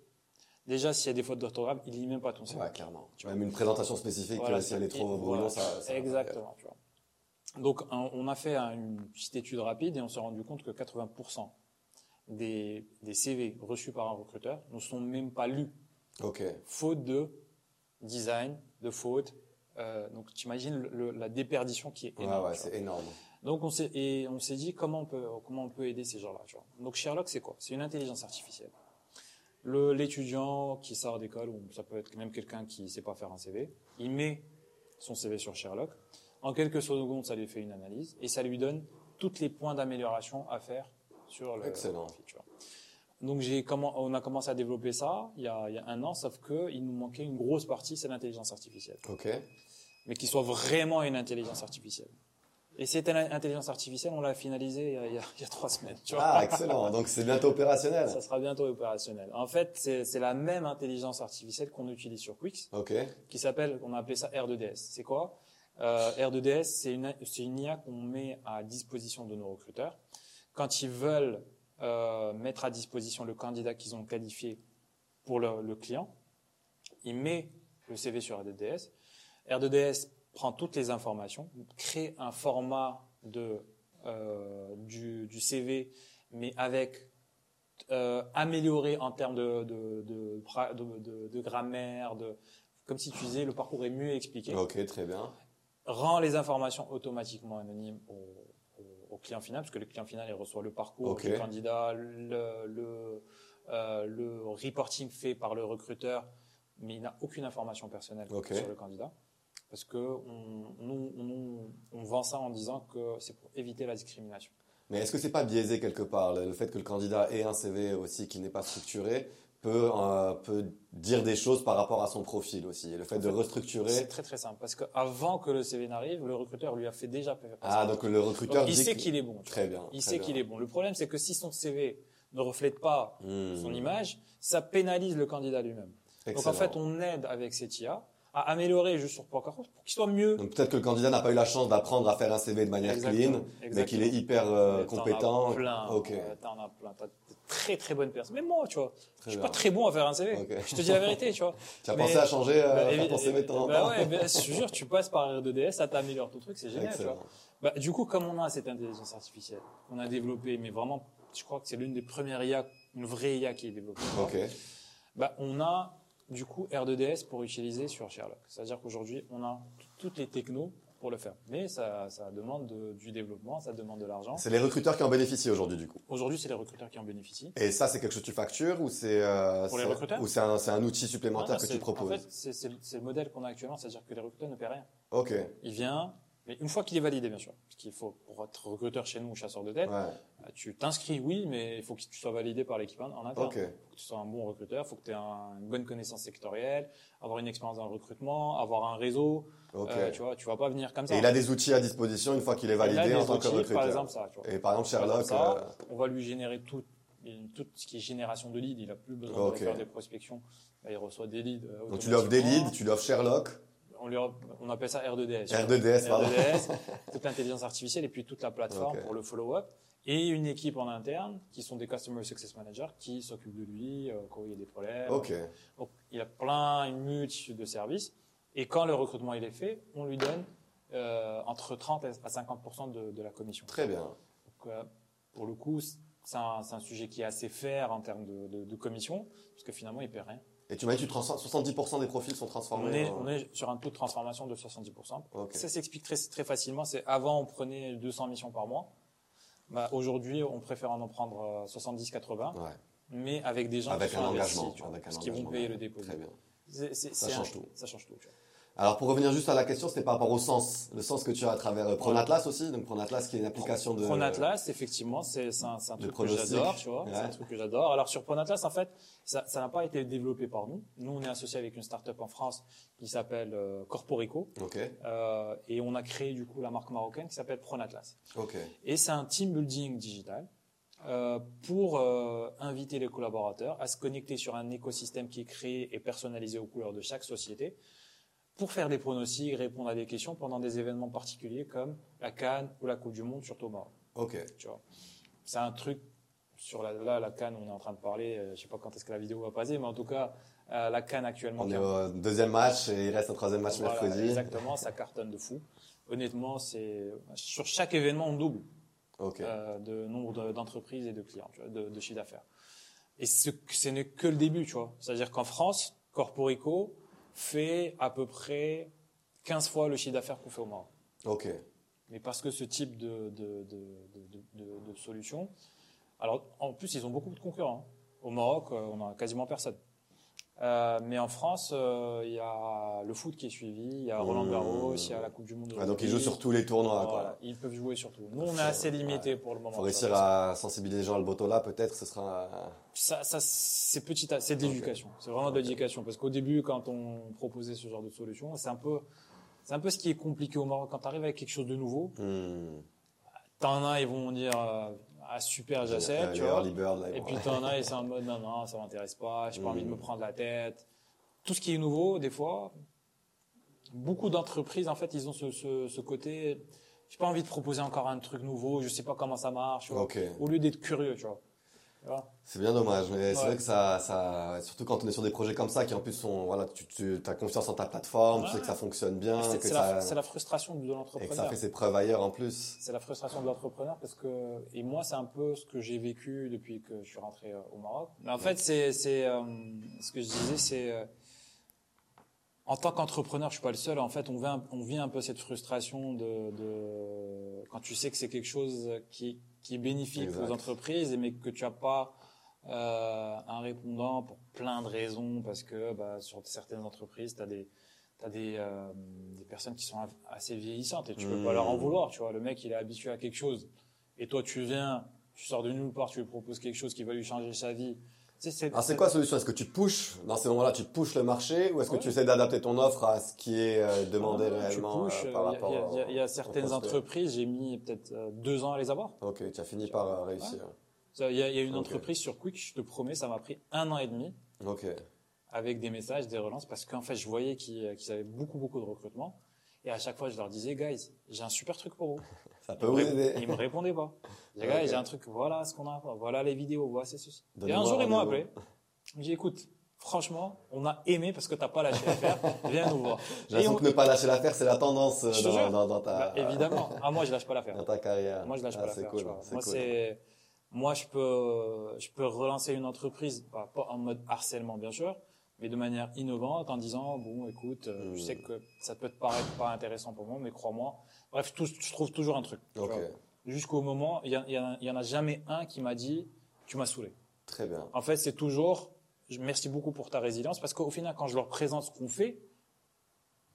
A: déjà s'il y a des fautes d'orthographe, il lit même pas ton CV.
B: Ouais, clairement. Même une présentation spécifique,
A: Voilà,
B: euh, si elle est trop
A: et- voilà.
B: brûlante, ça, ça-
A: Exactement. tu vois. Donc on on a fait un- une petite étude rapide et on s'est rendu compte que 80% des, des CV reçus par un recruteur ne sont même pas lus,
B: Ok.
A: faute de design, de faute. Euh, donc tu imagines la déperdition qui est
B: Ouais,
A: énorme.
B: ouais,
A: tu vois.
B: c'est énorme.
A: Donc on s'est et on s'est dit comment on peut comment on peut aider ces gens-là. tu vois. Donc Sherlock c'est quoi C'est une intelligence artificielle. Le l'étudiant qui sort d'école ou ça peut être même quelqu'un qui sait pas faire un CV, il met son CV sur Sherlock. En quelques secondes, ça lui fait une analyse et ça lui donne tous les points d'amélioration à faire sur le.
B: Excellent.
A: tu vois. Donc j'ai comment on a commencé à développer ça il y a, il y a un an, sauf que il nous manquait une grosse partie, c'est l'intelligence artificielle
B: Ok.
A: mais qui soit vraiment une intelligence artificielle. Et cette in- intelligence artificielle, on l'a finalisée il y a, il y a- il y a trois semaines. Tu vois
B: Ah, excellent. Donc c'est bientôt opérationnel.
A: Ça sera bientôt opérationnel. En fait, c'est c'est la même intelligence artificielle qu'on utilise sur Quix,
B: Ok.
A: qui s'appelle, on a appelé ça R2DS. C'est quoi Euh, R2DS, c'est une, c'est une IA qu'on met à disposition de nos recruteurs. Quand ils veulent euh, mettre à disposition le candidat qu'ils ont qualifié pour le, le client, il met le CV sur R2DS. R2DS prend toutes les informations, crée un format de euh, du, du CV, mais avec euh, amélioré en termes de, de, de, pra- de- de- de grammaire, de, comme si tu disais, le parcours est mieux expliqué.
B: Ok, très bien.
A: Rends les informations automatiquement anonymes au, au- au client final, parce que le client final, il reçoit le parcours
B: Ok.
A: du candidat, le, le, euh, le reporting fait par le recruteur, mais il n'a aucune information personnelle
B: Ok.
A: sur le candidat. Parce que on, nous, nous, on vend ça en disant que c'est pour éviter la discrimination.
B: Mais est-ce que c'est pas biaisé quelque part Le le fait que le candidat ait un CV aussi qui n'est pas structuré peut, euh, peut dire des choses par rapport à son profil aussi. Et le fait de
A: C'est
B: restructurer.
A: très très simple parce qu'avant que le CV n'arrive, le recruteur lui a fait déjà faire ça.
B: Ah, donc le recruteur
A: Donc, il
B: dit
A: sait
B: que-
A: qu'il est bon. tu vois.
B: Très bien.
A: Il sait qu'il est bon. Le problème, c'est que si son CV ne reflète pas
B: Hmm, Mmh.
A: son image, ça pénalise le candidat lui-même. Donc en fait, on aide avec cette IA à améliorer juste sur Procore pour qu'il soit mieux.
B: peut-être que le candidat n'a pas eu la chance d'apprendre à faire un CV de manière
A: Exactement,
B: clean, mais
A: exactement.
B: qu'il est hyper euh,
A: Mais t'en as
B: compétent.
A: plein.
B: Ok.
A: Euh, T'en as plein. T'as des très très bonnes personnes. Même moi, tu vois.
B: Très
A: je suis
B: bien.
A: pas très bon à faire un CV.
B: Ok.
A: Je te dis la vérité, tu vois.
B: Tu as
A: Mais-
B: pensé à changer euh,
A: Bah,
B: faire
A: évi-
B: ton CV de temps en
A: bah
B: temps
A: ouais, bah, je te jure, tu passes par R2DS, ça t'améliore ton truc, c'est génial, tu vois.
B: Excellent.
A: Bah, du coup, comme on a cette intelligence artificielle, on a développé, mais vraiment, je crois que c'est l'une des premières IA, une vraie IA qui est développée.
B: Ok.
A: Bah, on a du coup R2DS pour utiliser sur Sherlock. C'est-à-dire qu'aujourd'hui, on a t- toutes les technos pour le faire. Mais ça, ça demande de- du développement, ça demande de l'argent.
B: C'est les recruteurs qui en bénéficient aujourd'hui du coup.
A: Aujourd'hui, c'est les recruteurs qui en bénéficient.
B: Et ça, c'est quelque chose que tu factures ou c'est euh,
A: Pour les
B: c'est-
A: recruteurs
B: ou c'est un, c'est un outil
A: Non,
B: supplémentaire
A: non,
B: que
A: c'est-
B: tu proposes
A: En fait, c'est- c'est le- c'est le modèle qu'on a actuellement, c'est-à-dire que les recruteurs ne paient rien.
B: Ok.
A: Il vient, mais une fois qu'il est validé, bien sûr. Parce qu'il faut, pour être recruteur chez nous ou chasseur de tête,
B: Ouais.
A: bah, tu t'inscris, oui, mais il faut que tu sois validé par l'équipe en en interne.
B: Ok.
A: faut que tu sois un bon recruteur, faut que tu aies une bonne connaissance sectorielle, avoir une expérience dans le recrutement, avoir un réseau.
B: Ok.
A: Euh, tu vois, tu vas pas venir comme ça.
B: Et il a des outils à disposition une fois qu'il est validé
A: Il a
B: en
A: des
B: tant que
A: outils,
B: recruteur.
A: Par exemple, ça, tu vois.
B: Et par exemple,
A: Par
B: Sherlock.
A: exemple, ça,
B: euh,
A: On va lui générer tout, tout ce qui est génération de leads. Il a plus besoin
B: Ok.
A: de faire des prospections. Là, il reçoit des leads. euh,
B: donc tu lui offres des
A: automatiquement.
B: leads, tu lui offres Sherlock,
A: On, lui offre- on appelle ça R2DS. tu vois.
B: R2DS, pardon.
A: RDS, toute l'intelligence artificielle et puis toute la plateforme
B: Ok.
A: pour le follow-up et une équipe en interne qui sont des customer success managers qui s'occupent de lui euh, quand il y a des problèmes.
B: Ok.
A: Donc il a plein une multitude de services et quand le recrutement il est fait, on lui donne euh, entre 30 à 50 de, de la commission.
B: Très bien.
A: Donc, euh, pour le coup, c'est un, c'est un sujet qui est assez fair en termes de, de- de commission parce que finalement il paie rien.
B: Et tu m'as dit que tu transformes- 70% des profils sont transformés.
A: On est,
B: en-
A: on est sur un taux de transformation de 70
B: Ok.
A: ça s'explique très, très facilement. C'est avant, on prenait 200 missions par mois. Bah, Aujourd'hui, on préfère en en prendre euh, 70-80,
B: Ouais.
A: mais avec des gens
B: Avec
A: qui
B: un
A: sont investis,
B: engagement.
A: tu vois,
B: avec un
A: parce qu'ils vont
B: engagement.
A: payer le dépôt.
B: Très bien.
A: C'est- c'est-
B: Ça
A: c'est
B: change
A: un-
B: tout.
A: Ça change tout. tu vois.
B: Alors pour revenir juste à la question, c'était par rapport au sens, le sens que tu as à travers euh, Pronatlas aussi, donc Pronatlas qui est une application de
A: Pronatlas, effectivement, c'est c'est un, c'est un
B: de
A: truc que
B: pronostic.
A: j'adore, tu vois.
B: Ouais.
A: C'est un truc que j'adore. Alors sur Pronatlas, en fait, ça ça n'a pas été développé par nous. Nous, on est associé avec une start-up en France qui s'appelle euh, Corporico,
B: Ok,
A: euh, et on a créé du coup la marque marocaine qui s'appelle Pronatlas.
B: ok,
A: Et c'est un team building digital euh, pour euh, inviter les collaborateurs à se connecter sur un écosystème qui est créé et personnalisé aux couleurs de chaque société pour faire des pronostics, répondre à des questions pendant des événements particuliers comme la Cannes ou la Coupe du Monde, surtout au Maroc.
B: ok.
A: Tu vois. C'est un truc sur la, là, la Cannes, on est en train de parler, euh, je sais pas quand est-ce que la vidéo va passer, mais en tout cas, euh, la Cannes actuellement.
B: On
A: qui
B: est
A: a-
B: au deuxième match et il reste un troisième match
A: voilà,
B: mercredi.
A: Exactement, ça cartonne de fou. Honnêtement, c'est sur chaque événement, on double
B: Ok,
A: euh, de nombre de- d'entreprises et de clients, tu vois, de, de chiffre d'affaires. Et ce, ce n'est que le début, tu vois. C'est-à-dire qu'en France, Corporico fait à peu près 15 fois le chiffre d'affaires qu'on fait au Maroc.
B: ok.
A: Mais parce que ce type de, de, de- de- de- de- de solution. Alors, en plus, ils ont beaucoup de concurrents. Au Maroc, euh, on n'a quasiment personne. Euh, mais en France, euh, il y a le foot qui est suivi, il y a Roland Garros, il y a la Coupe du Monde.
B: Euh, Ah, donc il joue sur tous les tournois. quoi.
A: Voilà, ils peuvent jouer sur tout. Nous, on est
B: Faut-
A: assez limité pour le moment.
B: Faut
A: tu vois,
B: réussir à sensibiliser les gens à le botola, peut-être, ce sera.
A: ça, ça c'est petit, à- c'est de
B: Ok.
A: l'éducation. C'est vraiment de
B: Ok.
A: l'éducation. Parce qu'au début, quand on proposait ce genre de solution, c'est un peu, c'est un peu ce qui est compliqué au Maroc. Quand tu arrives avec quelque chose de nouveau,
B: Hmm.
A: t'en as, ils vont dire, euh, ah, super, j'achète,
B: Euh,
A: tu
B: les
A: vois.
B: early birds, là, ils
A: Et
B: vont-
A: puis t'en as, et c'est en mode, non, non, ça m'intéresse pas, j'ai pas
B: Mm.
A: envie de me prendre la tête. Tout ce qui est nouveau, des fois, beaucoup d'entreprises, en fait, ils ont ce, ce, ce côté, j'ai pas envie de proposer encore un truc nouveau, je sais pas comment ça marche, tu vois.
B: Ok.
A: Au lieu d'être curieux, tu vois. Voilà.
B: C'est bien dommage, mais c'est
A: Ouais.
B: vrai que ça, ça, surtout quand on est sur des projets comme ça, qui en plus sont, voilà, tu, tu as confiance en ta plateforme, tu sais
A: Ouais.
B: que ça fonctionne bien,
A: C'est
B: Ah, que
A: c'est la,
B: ça,
A: c'est la frustration de
B: et que ça
A: l'entrepreneur.
B: fait ses preuves ailleurs en plus.
A: C'est la frustration de l'entrepreneur parce que, et moi, c'est un peu ce que j'ai vécu depuis que je suis rentré euh, au Maroc. Mais en fait, c'est, c'est, euh, ce que je disais, c'est, euh, en tant qu'entrepreneur, je suis pas le seul. En fait, on vit un, on vit un peu cette frustration de, de- quand tu sais que c'est quelque chose qui, qui est bénéfique
B: Exact.
A: aux entreprises, mais que tu as pas euh, un répondant pour plein de raisons, parce que bah, sur certaines entreprises, tu as des t'as des, euh, des personnes qui sont av- assez vieillissantes et tu peux
B: Mmh.
A: pas leur en vouloir, tu vois. Le mec, il est habitué à quelque chose. Et toi, tu viens, tu sors de nulle part, tu lui proposes quelque chose qui va lui changer sa vie. Tu sais, c'est-
B: Alors Ah, c'est
A: c'est-
B: quoi la solution Est-ce que tu pushes dans ces moments-là, tu pushes le marché, ou est-ce que
A: Ouais.
B: tu essaies d'adapter ton offre à ce qui est euh, demandé
A: Tu
B: réellement
A: pushes,
B: euh, par
A: il y a-
B: rapport
A: il y a- Il y a, il y a
B: au- au
A: certaines
B: prospect
A: entreprises, j'ai mis peut-être euh, deux ans à les avoir.
B: Ok, tu as fini par euh, réussir.
A: Ça, Il y a, il y a une
B: Ok.
A: entreprise sur Quick, je te promets, ça m'a pris un an et demi
B: Ok.
A: avec des messages, des relances, parce qu'en fait, je voyais qu'ils euh, qu'ils avaient beaucoup, beaucoup de recrutement. Et à chaque fois, je leur disais, guys, j'ai un super truc pour vous.
B: Ça peut
A: Ils
B: vous
A: me,
B: aider.
A: rép- ils me répondaient pas. Les
B: Ah Ok.
A: gars, j'ai un truc, voilà ce qu'on a, voilà les vidéos, voilà c'est ceci. Et
B: Donnez-moi
A: un jour, ils m'ont
B: rendez-vous.
A: appelé. J'ai dit, écoute, franchement, on a aimé parce que t'as pas lâché l'affaire, viens nous voir.
B: J'ai l'impression
A: Et on-
B: que ne pas lâcher l'affaire, c'est la tendance euh,
A: Je te
B: dans,
A: jure.
B: dans- dans ta,
A: Bah, évidemment. Ah, moi, je lâche pas l'affaire.
B: dans ta carrière.
A: Moi, je lâche
B: Ah,
A: pas
B: C'est
A: l'affaire.
B: cool.
A: tu vois.
B: c'est
A: Moi,
B: cool.
A: c'est, moi, je peux, euh, je peux relancer une entreprise, pas, pas en mode harcèlement, bien sûr, mais de manière innovante, en disant, bon, écoute, euh,
B: Hmm.
A: je sais que ça peut te paraître pas intéressant pour moi, mais crois-moi. Bref, tout- je trouve toujours un truc. tu
B: Ok,
A: vois. Jusqu'au moment, il y, a- il y en a- il y en a jamais un qui m'a dit, tu m'as saoulé.
B: très bien.
A: En fait, c'est toujours je- merci beaucoup pour ta résilience parce qu'au final, quand je leur présente ce qu'on fait,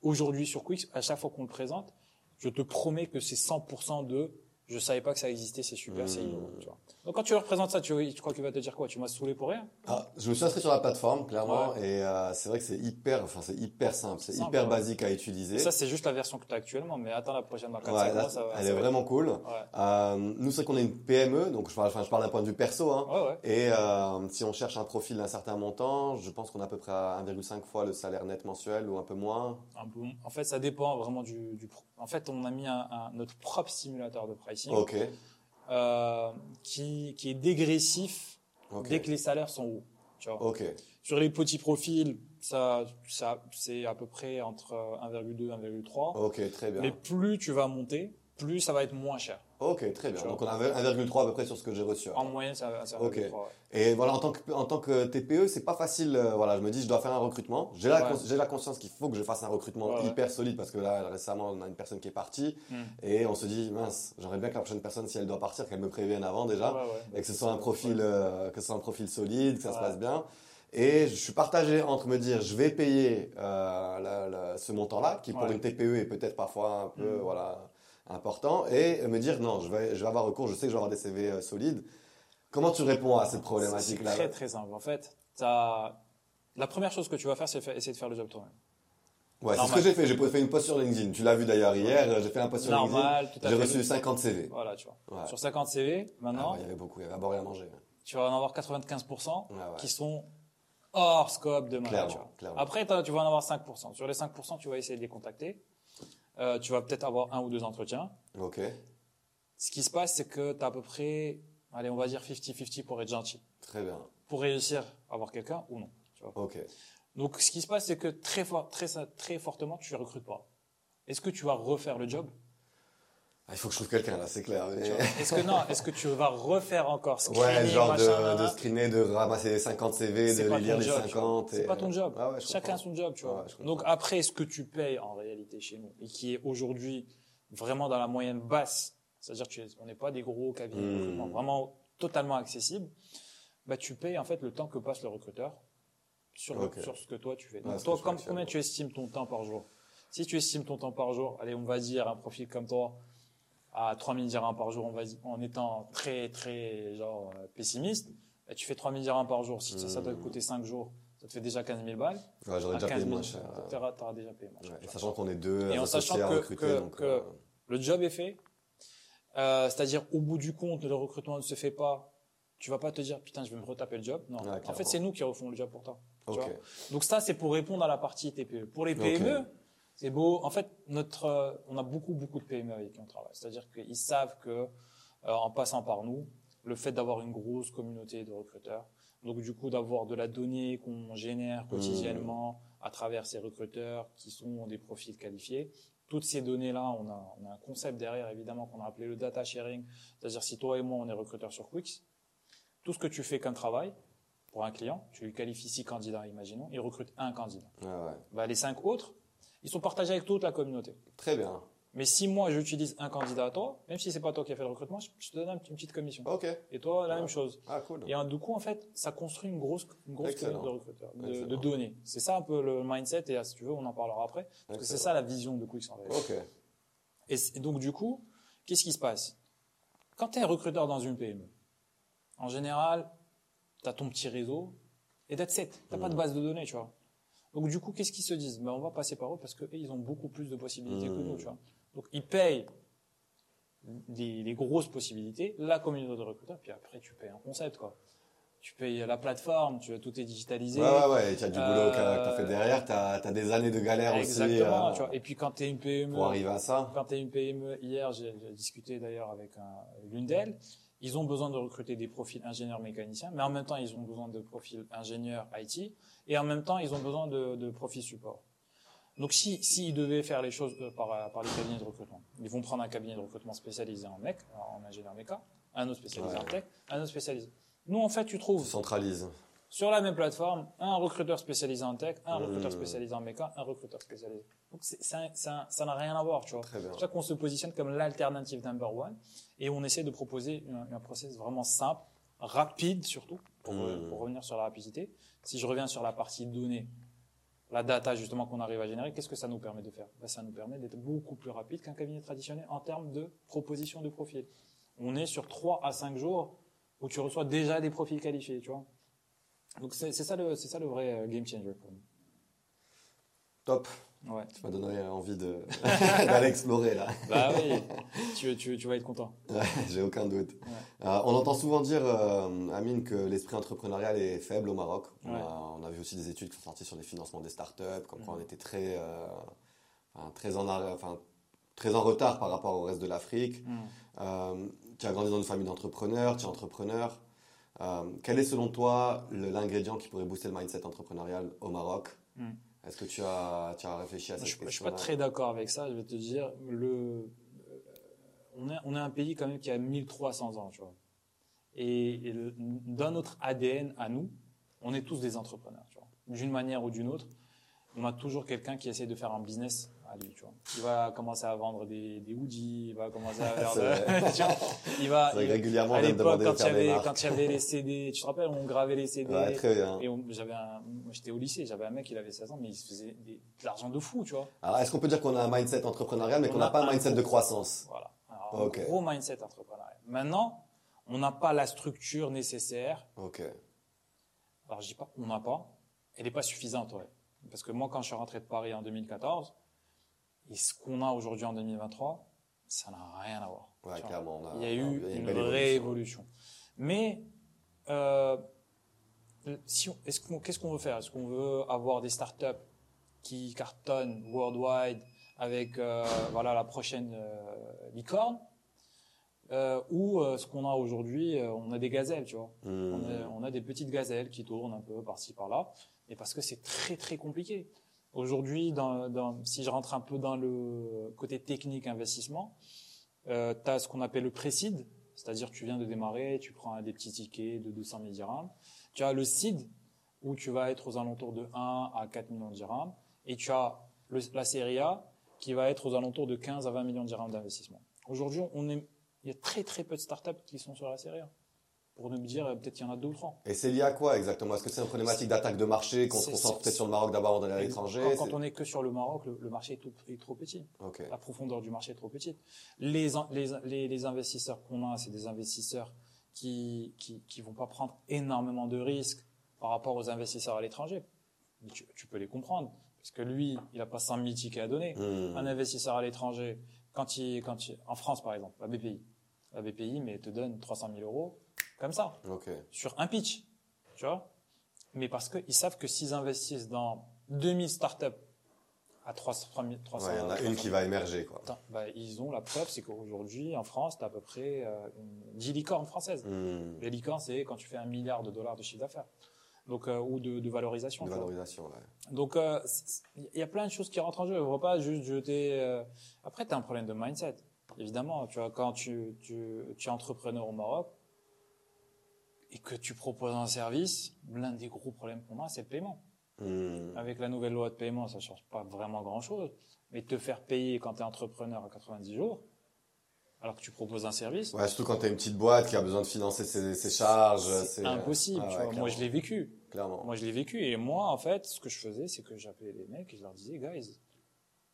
A: aujourd'hui sur Quix, à chaque fois qu'on le présente, je te promets que c'est 100% de je savais pas que ça existait, c'est super, c'est
B: Mmh.
A: innovant. tu vois. Donc quand tu leur présentes ça, tu, tu crois qu'il va te dire quoi Tu m'as saoulé pour rien
B: Ah, je me suis inscrit sur la plateforme, clairement, et euh, c'est vrai que c'est hyper, enfin c'est hyper simple, c'est
A: Simple,
B: hyper
A: ouais.
B: basique à utiliser.
A: Et Ça, c'est juste la version que tu as actuellement, mais attends la prochaine dans 4
B: Ouais, là,
A: mois, ça va.
B: elle
A: ça
B: est
A: va
B: vraiment cool.
A: être- Ouais.
B: Euh, nous, c'est qu'on est une PME, donc je parle, enfin, je parle d'un point de vue perso. Hein,
A: Ouais, ouais.
B: et euh, si on cherche un profil d'un certain montant, je pense qu'on est à peu près à 1,5 fois le salaire net mensuel ou un peu moins.
A: Un peu- En fait, ça dépend vraiment du. du pro- En fait, on a mis un- un- notre propre simulateur de pricing
B: Ok.
A: euh, qui, qui est dégressif
B: Ok.
A: dès que les salaires sont hauts. Tu vois.
B: Ok.
A: Sur les petits profils, ça, ça, c'est à peu près entre euh, 1,2 1,3.
B: Ok. Très Oh, bien.
A: Mais plus tu vas monter, plus ça va être moins cher.
B: Ok. Très bien.
A: Tu vois.
B: Donc on a 1,3 à peu près sur ce que j'ai reçu.
A: En moyenne, ça va ça va
B: Ok.
A: être euh, 3.
B: Et voilà, en tant que, en tant que TPE, c'est pas facile. euh, voilà, je me dis, je dois faire un recrutement. J'ai la,
A: Ouais.
B: cons- j'ai la conscience qu'il faut que je fasse un recrutement
A: Ouais, ouais.
B: hyper solide parce que là, récemment, on a une personne qui est partie
A: Hmm.
B: et on se dit, mince, j'aimerais bien que la prochaine personne, si elle doit partir, qu'elle me prévienne avant déjà
A: Ouais, ouais.
B: et que ce soit un profil, euh, que ce soit un profil solide, que ça se
A: Ouais.
B: passe bien. Et je suis partagé entre me dire, je vais payer euh, la- la- ce montant-là, qui pour
A: Ouais.
B: une TPE est peut-être parfois un peu,
A: Mhm.
B: voilà, important, et me dire, non, je vais, je vais avoir recours, je sais que je vais avoir des CV euh, solides. Comment tu réponds à cette
A: C'est
B: problématique-là
A: très très simple. En fait, t'as- la première chose que tu vas faire, c'est fa- essayer de faire le job toi-même.
B: Ouais, c'est ce que
A: Normal.
B: j'ai fait. J'ai fait une post sur LinkedIn. Tu l'as vu d'ailleurs hier. euh, J'ai fait un post sur
A: Normal, tout à
B: LinkedIn. J'ai
A: fait.
B: reçu 50 CV.
A: Voilà, tu vois.
B: Ouais.
A: Sur 50 CV,
B: Ah
A: maintenant,
B: ouais, il y avait beaucoup. Il y avait à boire et à manger.
A: tu vas en avoir 95%
B: Ouais, ouais.
A: qui sont hors scope de malade,
B: Clairement,
A: tu vois.
B: clairement.
A: Après, t'as- tu vas en avoir 5%. Sur les 5%, tu vas essayer de les contacter. Euh, tu vas peut-être avoir un ou deux entretiens.
B: Ok.
A: Ce qui se passe, c'est que tu as à peu près, allez, on va dire 50-50 pour être gentil,
B: Très bien.
A: pour réussir à avoir quelqu'un ou non. tu vois.
B: Ok.
A: Donc, ce qui se passe, c'est que très, fort, très, très fortement, tu ne recrutes pas. Est-ce que tu vas refaire le job
B: Ah, il faut que je trouve quelqu'un là, c'est clair.
A: Tu
B: Mais-
A: vois. Est-ce que non Est-ce que tu vas refaire encore screener,
B: Ouais, genre
A: machin,
B: de,
A: nanana
B: de screener, de ramasser les 50 CV,
A: C'est
B: de
A: pas
B: les lire
A: ton
B: les
A: job, tu vois.
B: 50.
A: C'est
B: et-
A: pas ton job.
B: Ah ouais, je
A: Chacun
B: comprends.
A: son job, tu vois.
B: Ouais, je comprends.
A: Donc après, ce que tu payes en réalité chez nous et qui est aujourd'hui vraiment dans la moyenne basse, c'est-à-dire que on n'est pas des gros cabinets de
B: Hmm.
A: recrutement, vraiment totalement accessible, bah tu payes en fait le temps que passe le recruteur sur, le-
B: Ok.
A: sur ce que toi tu fais.
B: Ouais,
A: Donc
B: ce
A: toi,
B: que je
A: comme-
B: fais
A: combien
B: actuellement.
A: tu estimes ton temps par jour Si tu estimes ton temps par jour, allez, on va dire un profil comme toi à 3000 dirhams par jour, on va dire, en étant très très genre euh, pessimiste, bah, tu fais 3000 dirhams par jour. Si ça, ça doit te
B: Hmm.
A: coûter 5 jours, ça te fait déjà 15 000 balles.
B: Ouais, j'aurais
A: À
B: déjà
A: 15
B: payé
A: 000,
B: moins cher. euh.
A: tu auras déjà payé moins cher.
B: Ouais, et sachant qu'on est deux
A: Et en
B: associés
A: sachant
B: à
A: que-
B: recruter,
A: que-
B: donc,
A: que-
B: euh,
A: Le job est fait, Euh, c'est-à-dire au bout du compte, le recrutement ne se fait pas. Tu vas pas te dire putain, je vais me retaper le job. Non,
B: Ouais,
A: en
B: clairement.
A: fait, c'est nous qui refont le job pour toi. tu
B: ok.
A: vois. Donc ça, c'est pour répondre à la partie TPE. Pour les PME,
B: Ok.
A: c'est beau. En fait, notre, euh, E on a beaucoup beaucoup de PME avec qui on travaille. C'est-à-dire qu'ils savent que euh, en passant par nous, le fait d'avoir une grosse communauté de recruteurs. Donc du coup d'avoir de la donnée qu'on génère quotidiennement à travers ces recruteurs qui sont des profils qualifiés. Toutes ces données-là, on a, on a un concept derrière évidemment qu'on a appelé le data sharing. C'est-à-dire si toi et moi on est recruteurs sur Quix, tout ce que tu fais comme travail pour un client, tu lui qualifies six candidats, imaginons, il recrute un candidat.
B: Ah ouais.
A: Bah, les cinq autres, ils sont partagés avec toute la communauté.
B: Très bien.
A: Mais si moi j'utilise un candidat à toi, même si c'est pas toi qui as fait le recrutement, je je te donne un petit- une petite commission.
B: Ok.
A: Et toi, la
B: Ouais.
A: même chose.
B: Ah, cool.
A: Et euh, du coup, en fait, ça construit une grosse, une grosse
B: Excellent.
A: communauté de recruteurs, de,
B: Excellent.
A: de données. C'est ça un peu le mindset, et euh, si tu veux, on en parlera après. Parce que c'est ça la vision de Quix en fait.
B: Ok.
A: Et, c- et donc, du coup, qu'est-ce qui se passe Quand tu es recruteur dans une PME, en général, tu as ton petit réseau et that's it. Tu
B: Mm.
A: pas de base de données, tu vois. Donc, du coup, qu'est-ce qu'ils se disent ben, On va passer par eux parce qu'eux, ils ont beaucoup plus de possibilités que
B: Mm.
A: nous, tu vois. Donc, ils payent les, les grosses possibilités, la communauté de recruteurs, puis après, tu payes un concept, quoi. Tu payes la plateforme, tu tout est digitalisé.
B: Ouais, ouais, ouais. Tu as du boulot
A: Euh,
B: que t'as fait derrière. T'as as des années de galère
A: Exactement,
B: aussi
A: tu
B: euh,
A: vois. Et puis, quand tu es une E, PME,
B: pour arriver à ça.
A: Quand tu es une PME, hier, j'ai j'ai discuté d'ailleurs avec un- l'une d'elles. Ils ont besoin de recruter des profils ingénieurs mécaniciens, mais en même temps, ils ont besoin de profils ingénieurs IT, et en même temps, ils ont besoin de, de profils support. Donc, si, s'ils devaient faire les choses euh, par, euh, par les cabinets de recrutement, ils vont prendre un cabinet de recrutement spécialisé en mec, en ingénieur méca, un autre spécialisé
B: Ouais.
A: en tech, un autre spécialisé. Nous, en fait, tu
B: On
A: trouves
B: centralise.
A: sur la même plateforme, un recruteur spécialisé en tech, un recruteur
B: Hmm.
A: spécialisé en méca, un recruteur spécialisé. Donc, c'est- c'est un- c'est un- ça n'a rien à voir, tu vois.
B: Très bien.
A: C'est pour ça qu'on se positionne comme l'alternative number one et on essaie de proposer un, un process vraiment simple, rapide surtout, pour,
B: Mhm.
A: euh, pour revenir sur la rapidité. Si je reviens sur la partie données, la data justement qu'on arrive à générer, qu'est-ce que ça nous permet de faire Ben, Ça nous permet d'être beaucoup plus rapide qu'un cabinet traditionnel en termes de proposition de profil. On est sur 3 à 5 jours où tu reçois déjà des profils qualifiés, tu vois. Donc c'est c'est ça, le- c'est ça le vrai euh, game changer pour nous.
B: Top.
A: Ouais.
B: Tu m'as donné envie de- d'aller explorer là.
A: Bah oui, tu, tu, tu vas être content.
B: Ouais, J'ai aucun doute.
A: Ouais.
B: Euh, on entend souvent dire, euh, Amine, que l'esprit entrepreneurial est faible au Maroc. On,
A: Ouais.
B: a, on a vu aussi des études qui sont sorties sur les financements des startups, comme quoi
A: Mhm.
B: on était très, euh, enfin, très, en, arri- enfin, très en retard par rapport au reste de l'Afrique.
A: Hmm.
B: Euh, tu as grandi dans une famille d'entrepreneurs, tu es entrepreneur. Euh, quel est selon toi le- l'ingrédient qui pourrait booster le mindset entrepreneurial au Maroc
A: Mhm.
B: Est-ce que tu as, tu as réfléchi à
A: Je
B: cette
A: ne suis
B: question
A: pas très d'accord avec ça, je vais te dire. Le, euh, on, est, on est un pays quand même qui a 1300 ans, tu vois. Et, et le- dans notre ADN à nous, on est tous des entrepreneurs, tu vois. D'une manière ou d'une autre, on a toujours quelqu'un qui essaie de faire un business à lui, tu vois. Il va commencer à vendre des, des hoodies, il va commencer à faire
B: C'est
A: de-
B: vrai.
A: tu vois, il va, il-
B: régulièrement, on
A: à
B: vient me
A: l'époque,
B: demander de
A: quand il y
B: faire des
A: avait,
B: marques.
A: quand il y avait les CD, tu te rappelles, on gravait les CD.
B: Ouais, très bien.
A: Et on- j'avais un, moi, j'étais au lycée, j'avais un mec, il avait 16 ans, mais il se faisait des- de l'argent de fou, tu vois.
B: Alors, est-ce qu'on peut dire qu'on a un mindset entrepreneurial, mais
A: On
B: qu'on n'a
A: a
B: pas
A: un
B: un mindset de
A: gros-
B: croissance
A: Voilà. Alors, un
B: Ok.
A: gros mindset entrepreneurial. Maintenant, on n'a pas la structure nécessaire.
B: Ok.
A: Alors, je dis pas, on n'a pas. Elle n'est pas suffisante, ouais. Parce que moi, quand je suis rentré de Paris en 2014, et ce qu'on a aujourd'hui en 2023, ça n'a rien à voir.
B: Ouais,
A: Tu vois.
B: clairement. on
A: Il y a eu
B: une
A: une
B: belle
A: vraie
B: évolution.
A: évolution. Mais euh, si on- est-ce qu'on- qu'est-ce qu'on veut faire Est-ce qu'on veut avoir des startups qui cartonnent worldwide avec euh, voilà la prochaine euh, licorne Euh, ou euh, ce qu'on a aujourd'hui, euh, on a des gazelles, tu vois. On
B: Hmm.
A: a, on a des petites gazelles qui tournent un peu par-ci par-là, et parce que c'est très très compliqué. Aujourd'hui, dans- dans- si je rentre un peu dans le côté technique investissement, tu as ce qu'on appelle le pré-seed, c'est-à-dire tu viens de démarrer, tu prends des petits tickets de 200 000 dirhams. Tu as le seed, où tu vas être aux alentours de 1 à 4 millions de dirhams, et tu as le- la série A, qui va être aux alentours de 15 à 20 millions de dirhams d'investissement. Aujourd'hui, on est, il y a très très peu de startups qui sont sur la série A. Pour nous dire, euh, peut-être qu'il y en a deux ou trois.
B: Et c'est lié à quoi exactement Est-ce que c'est une problématique d'attaque de marché, qu'on se
A: C'est-
B: concentre
A: c'est-
B: peut-être sur le Maroc d'abord, on est à l'étranger
A: Quand, quand
B: c'est-
A: on est que sur le Maroc, le, le marché est, tout- est trop petit.
B: Ok.
A: La profondeur du marché est trop petite. Les, in- les, les, les investisseurs qu'on a, c'est des investisseurs qui, qui, qui vont pas prendre énormément de risques par rapport aux investisseurs à l'étranger. Mais Tu, tu peux les comprendre. Parce que lui, il n'a pas 100 000 tickets à donner.
B: Hmm.
A: un investisseur à l'étranger, quand il, quand il- en France par exemple, la BPI, la BPI, mais elle te donne 300 000 euros comme ça,
B: Ok.
A: sur un pitch, tu vois. Mais parce qu'ils savent que s'ils investissent dans 2000 startups à 300, 3000, 300.
B: Ouais, il y en a une
A: 300.
B: qui va émerger, quoi.
A: Attends, bah, ils ont la preuve, c'est qu'aujourd'hui, en France, tu as à peu près euh, une- 10 licornes françaises.
B: Hmm.
A: Les licornes, c'est quand tu fais un milliard de dollars de chiffre d'affaires. Donc, euh, ou de, de valorisation.
B: De
A: quoi.
B: valorisation, ouais.
A: Donc, euh, c- c- il y a plein de choses qui rentrent en jeu. Il ne faut pas juste jeter. euh, Après, tu as un problème de mindset. Évidemment, tu vois, quand tu, tu, tu es entrepreneur au Maroc et que tu proposes un service, l'un des gros problèmes pour moi, c'est le paiement.
B: Hmm.
A: Avec la nouvelle loi de paiement, ça change pas vraiment grand-chose. Mais te faire payer quand tu es entrepreneur à 90 jours, alors que tu proposes un service,
B: Ouais, surtout quand t'as une petite boîte qui a besoin de financer ses, ses charges.
A: c'est impossible.
B: Ah
A: tu
B: ouais,
A: vois. Moi, je l'ai vécu.
B: clairement.
A: Moi, je l'ai vécu. Et moi, en fait, ce que je faisais, c'est que j'appelais les mecs et je leur disais, guys,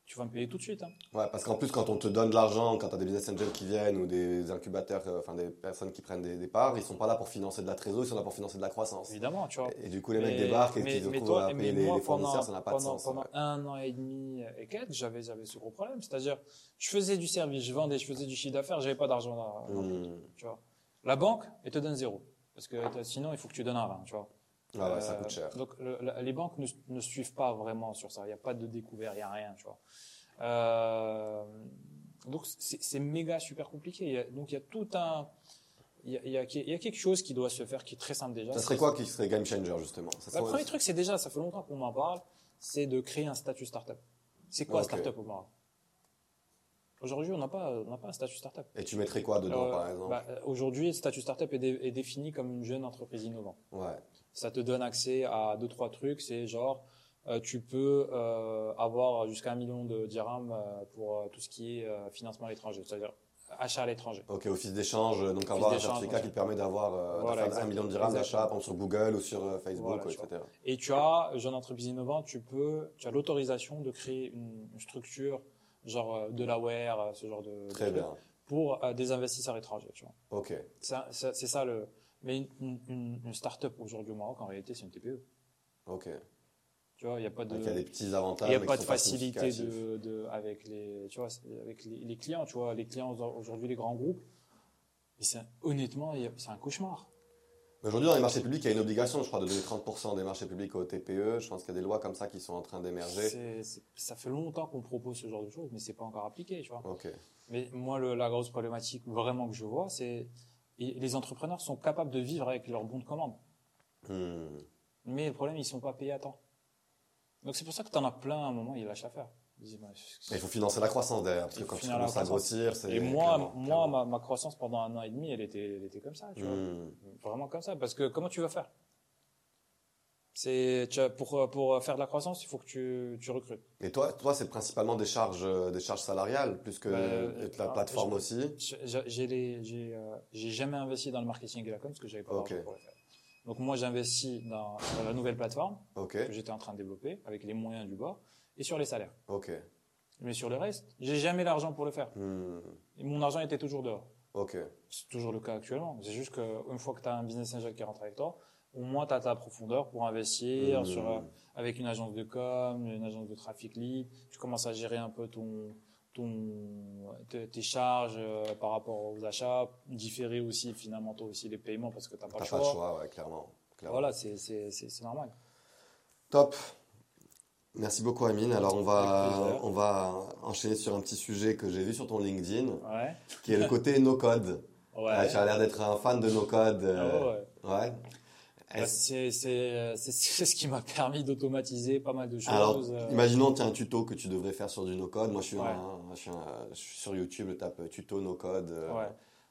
A: tu vas me payer tout de suite. hein.
B: Ouais, parce qu'en plus, quand on te donne de l'argent, quand t'as des business angels qui viennent ou des incubateurs, euh, enfin des personnes qui prennent des, des parts, ils sont pas là pour financer de la trésorerie, ils sont là pour financer de la croissance.
A: Évidemment, tu vois.
B: Et du coup, les mecs
A: Mais-
B: débarquent et
A: mais-
B: qu'ils se
A: mais
B: retrouvent
A: toi-
B: à
A: mais
B: payer les,
A: moi,
B: les fournisseurs,
A: pendant-
B: ça n'a pas de
A: pendant-
B: sens.
A: Pendant
B: ouais.
A: un an et demi et quelques, j'avais j'avais ce gros problème. C'est-à-dire, je faisais du service, je vendais, je faisais du chiffre d'affaires, j'avais pas d'argent dans- dans le
B: Hmm.
A: tu vois. La banque, elle te donne zéro. Parce que t'as- sinon, il faut que tu donnes un rein, tu vois.
B: Ah ouais, ça
A: Euh,
B: coûte cher.
A: Donc, le- la- les banques ne, ne suivent pas vraiment sur ça. Il n'y a pas de découvert, il n'y a rien, tu vois. Euh, donc, c'est c'est méga super compliqué. Il y a- donc, il y a tout un... Il y a, il y a- il y a quelque chose qui doit se faire qui est très simple déjà.
B: Ça serait quoi qui serait game changer, justement ça
A: Bah,
B: serait...
A: Le premier truc, c'est déjà, ça fait longtemps qu'on m'en parle, c'est de créer un statut startup. C'est quoi
B: Ok.
A: startup au Maroc Aujourd'hui, on n'a pas, on n'a pas un statut startup.
B: Et tu mettrais quoi dedans,
A: Euh,
B: par exemple
A: bah, euh, Aujourd'hui, le statut startup est, dé- est défini comme une jeune entreprise innovante.
B: Ouais.
A: Ça te donne accès à deux trois trucs. C'est genre, euh, tu peux euh, avoir jusqu'à un million de dirhams euh, pour euh, tout ce qui est euh, financement à l'étranger, c'est-à-dire achat à l'étranger.
B: Ok, office d'échange, euh, donc
A: Office
B: avoir un
A: d'échange,
B: certificat
A: ouais.
B: qui te permet d'avoir euh,
A: Voilà,
B: d'affaire un
A: exact-
B: million de dirhams d'achat, par
A: exactement.
B: exemple, sur Google ou sur euh, Facebook,
A: Voilà,
B: ouais,
A: tu vois.
B: etc.
A: Et tu as euh, jeune entreprise innovante, tu peux, tu as l'autorisation de créer une, une structure genre euh, Delaware, euh, ce genre de, de
B: Très
A: truc,
B: bien.
A: pour euh, des investisseurs étrangers. Tu vois.
B: Ok.
A: Ça- ça- c'est ça le. Mais une, une- une, une startup aujourd'hui au Maroc, en réalité, c'est une TPE.
B: Ok.
A: Tu vois, il n'y a pas de.
B: Donc il y a des petits avantages.
A: Il n'y a
B: mais
A: pas
B: qui
A: de
B: sont pas
A: facilité
B: significatifs.
A: de, de- avec, les, tu vois, c'est- avec les, les clients. Tu vois, les clients aujourd'hui, les grands groupes, mais c'est un- honnêtement, il y a- c'est un cauchemar.
B: Mais Aujourd'hui, dans les marchés publics, il y a une obligation, je crois, de donner 30% des marchés publics aux TPE. E. Je pense qu'il y a des lois comme ça qui sont en train d'émerger.
A: C'est- c'est- ça fait longtemps qu'on propose ce genre de choses, mais c'est pas encore appliqué. Tu vois.
B: Ok.
A: Mais moi, le- la grosse problématique vraiment que je vois, c'est et les entrepreneurs sont capables de vivre avec leur bon de commande.
B: Hmm.
A: Mais le problème, ils sont pas payés à temps. Donc c'est pour ça que tu en as plein à un moment, ils lâchent affaire. Ils disent, bah,
B: Et il faut financer la croissance derrière, parce
A: Il
B: que
A: faut
B: quand tu
A: financer la
B: commences à
A: croissance.
B: grossir, c'est.
A: Et moi,
B: clairement,
A: moi
B: clairement.
A: ma, ma croissance pendant un an et demi, elle était, elle était comme ça. Tu vois.
B: Hmm.
A: Vraiment comme ça. Parce que comment tu vas faire C'est tu as- pour, euh, pour faire de la croissance, il faut que tu, tu recrutes.
B: Et toi, toi, c'est principalement des charges, euh, des charges salariales, plus que
A: Euh,
B: et de la
A: alors,
B: plateforme
A: je-
B: aussi.
A: Je- j'a- J'ai les- j'ai, euh, j'ai jamais investi dans le marketing et la com parce que j'avais pas
B: Ok.
A: d'argent pour le faire. Donc moi, j'investis dans, dans la nouvelle plateforme
B: Ok.
A: que j'étais en train de développer avec les moyens du bord et sur les salaires.
B: Ok.
A: Mais sur le reste, j'ai jamais l'argent pour le faire.
B: Hmm.
A: Et mon argent était toujours dehors.
B: Ok.
A: C'est toujours le cas actuellement. C'est juste qu'une fois que tu as un business angel qui rentre avec toi, au moins tu as ta profondeur pour investir
B: Hmm.
A: sur, euh, avec une agence de com, une agence de trafic lead. Tu commences à gérer un peu ton, ton, tes, tes charges euh, par rapport aux achats, différer aussi finalement toi aussi les paiements parce que tu n'as pas,
B: T'as
A: le
B: pas
A: choix.
B: le choix, ouais, clairement. clairement.
A: Voilà, c'est- c'est c'est- c'est normal.
B: Top. Merci beaucoup, Amine. Alors,
A: Avec
B: on va,
A: plaisir.
B: on va enchaîner sur un petit sujet que j'ai vu sur ton LinkedIn,
A: Ouais.
B: qui est le côté no-code.
A: Ouais.
B: Ouais, tu as l'air d'être un fan de no-code.
A: Ah ouais,
B: Ah, euh,
A: ouais.
B: ouais.
A: Bah, C'est c'est, euh, c'est- c'est ce qui m'a permis d'automatiser pas mal de choses.
B: Alors,
A: euh,
B: imaginons, tu as un tuto que tu devrais faire sur du no-code. Moi, je suis,
A: Ouais.
B: un- hein, je suis un- je suis sur YouTube, je tape tuto no-code. euh,
A: ouais.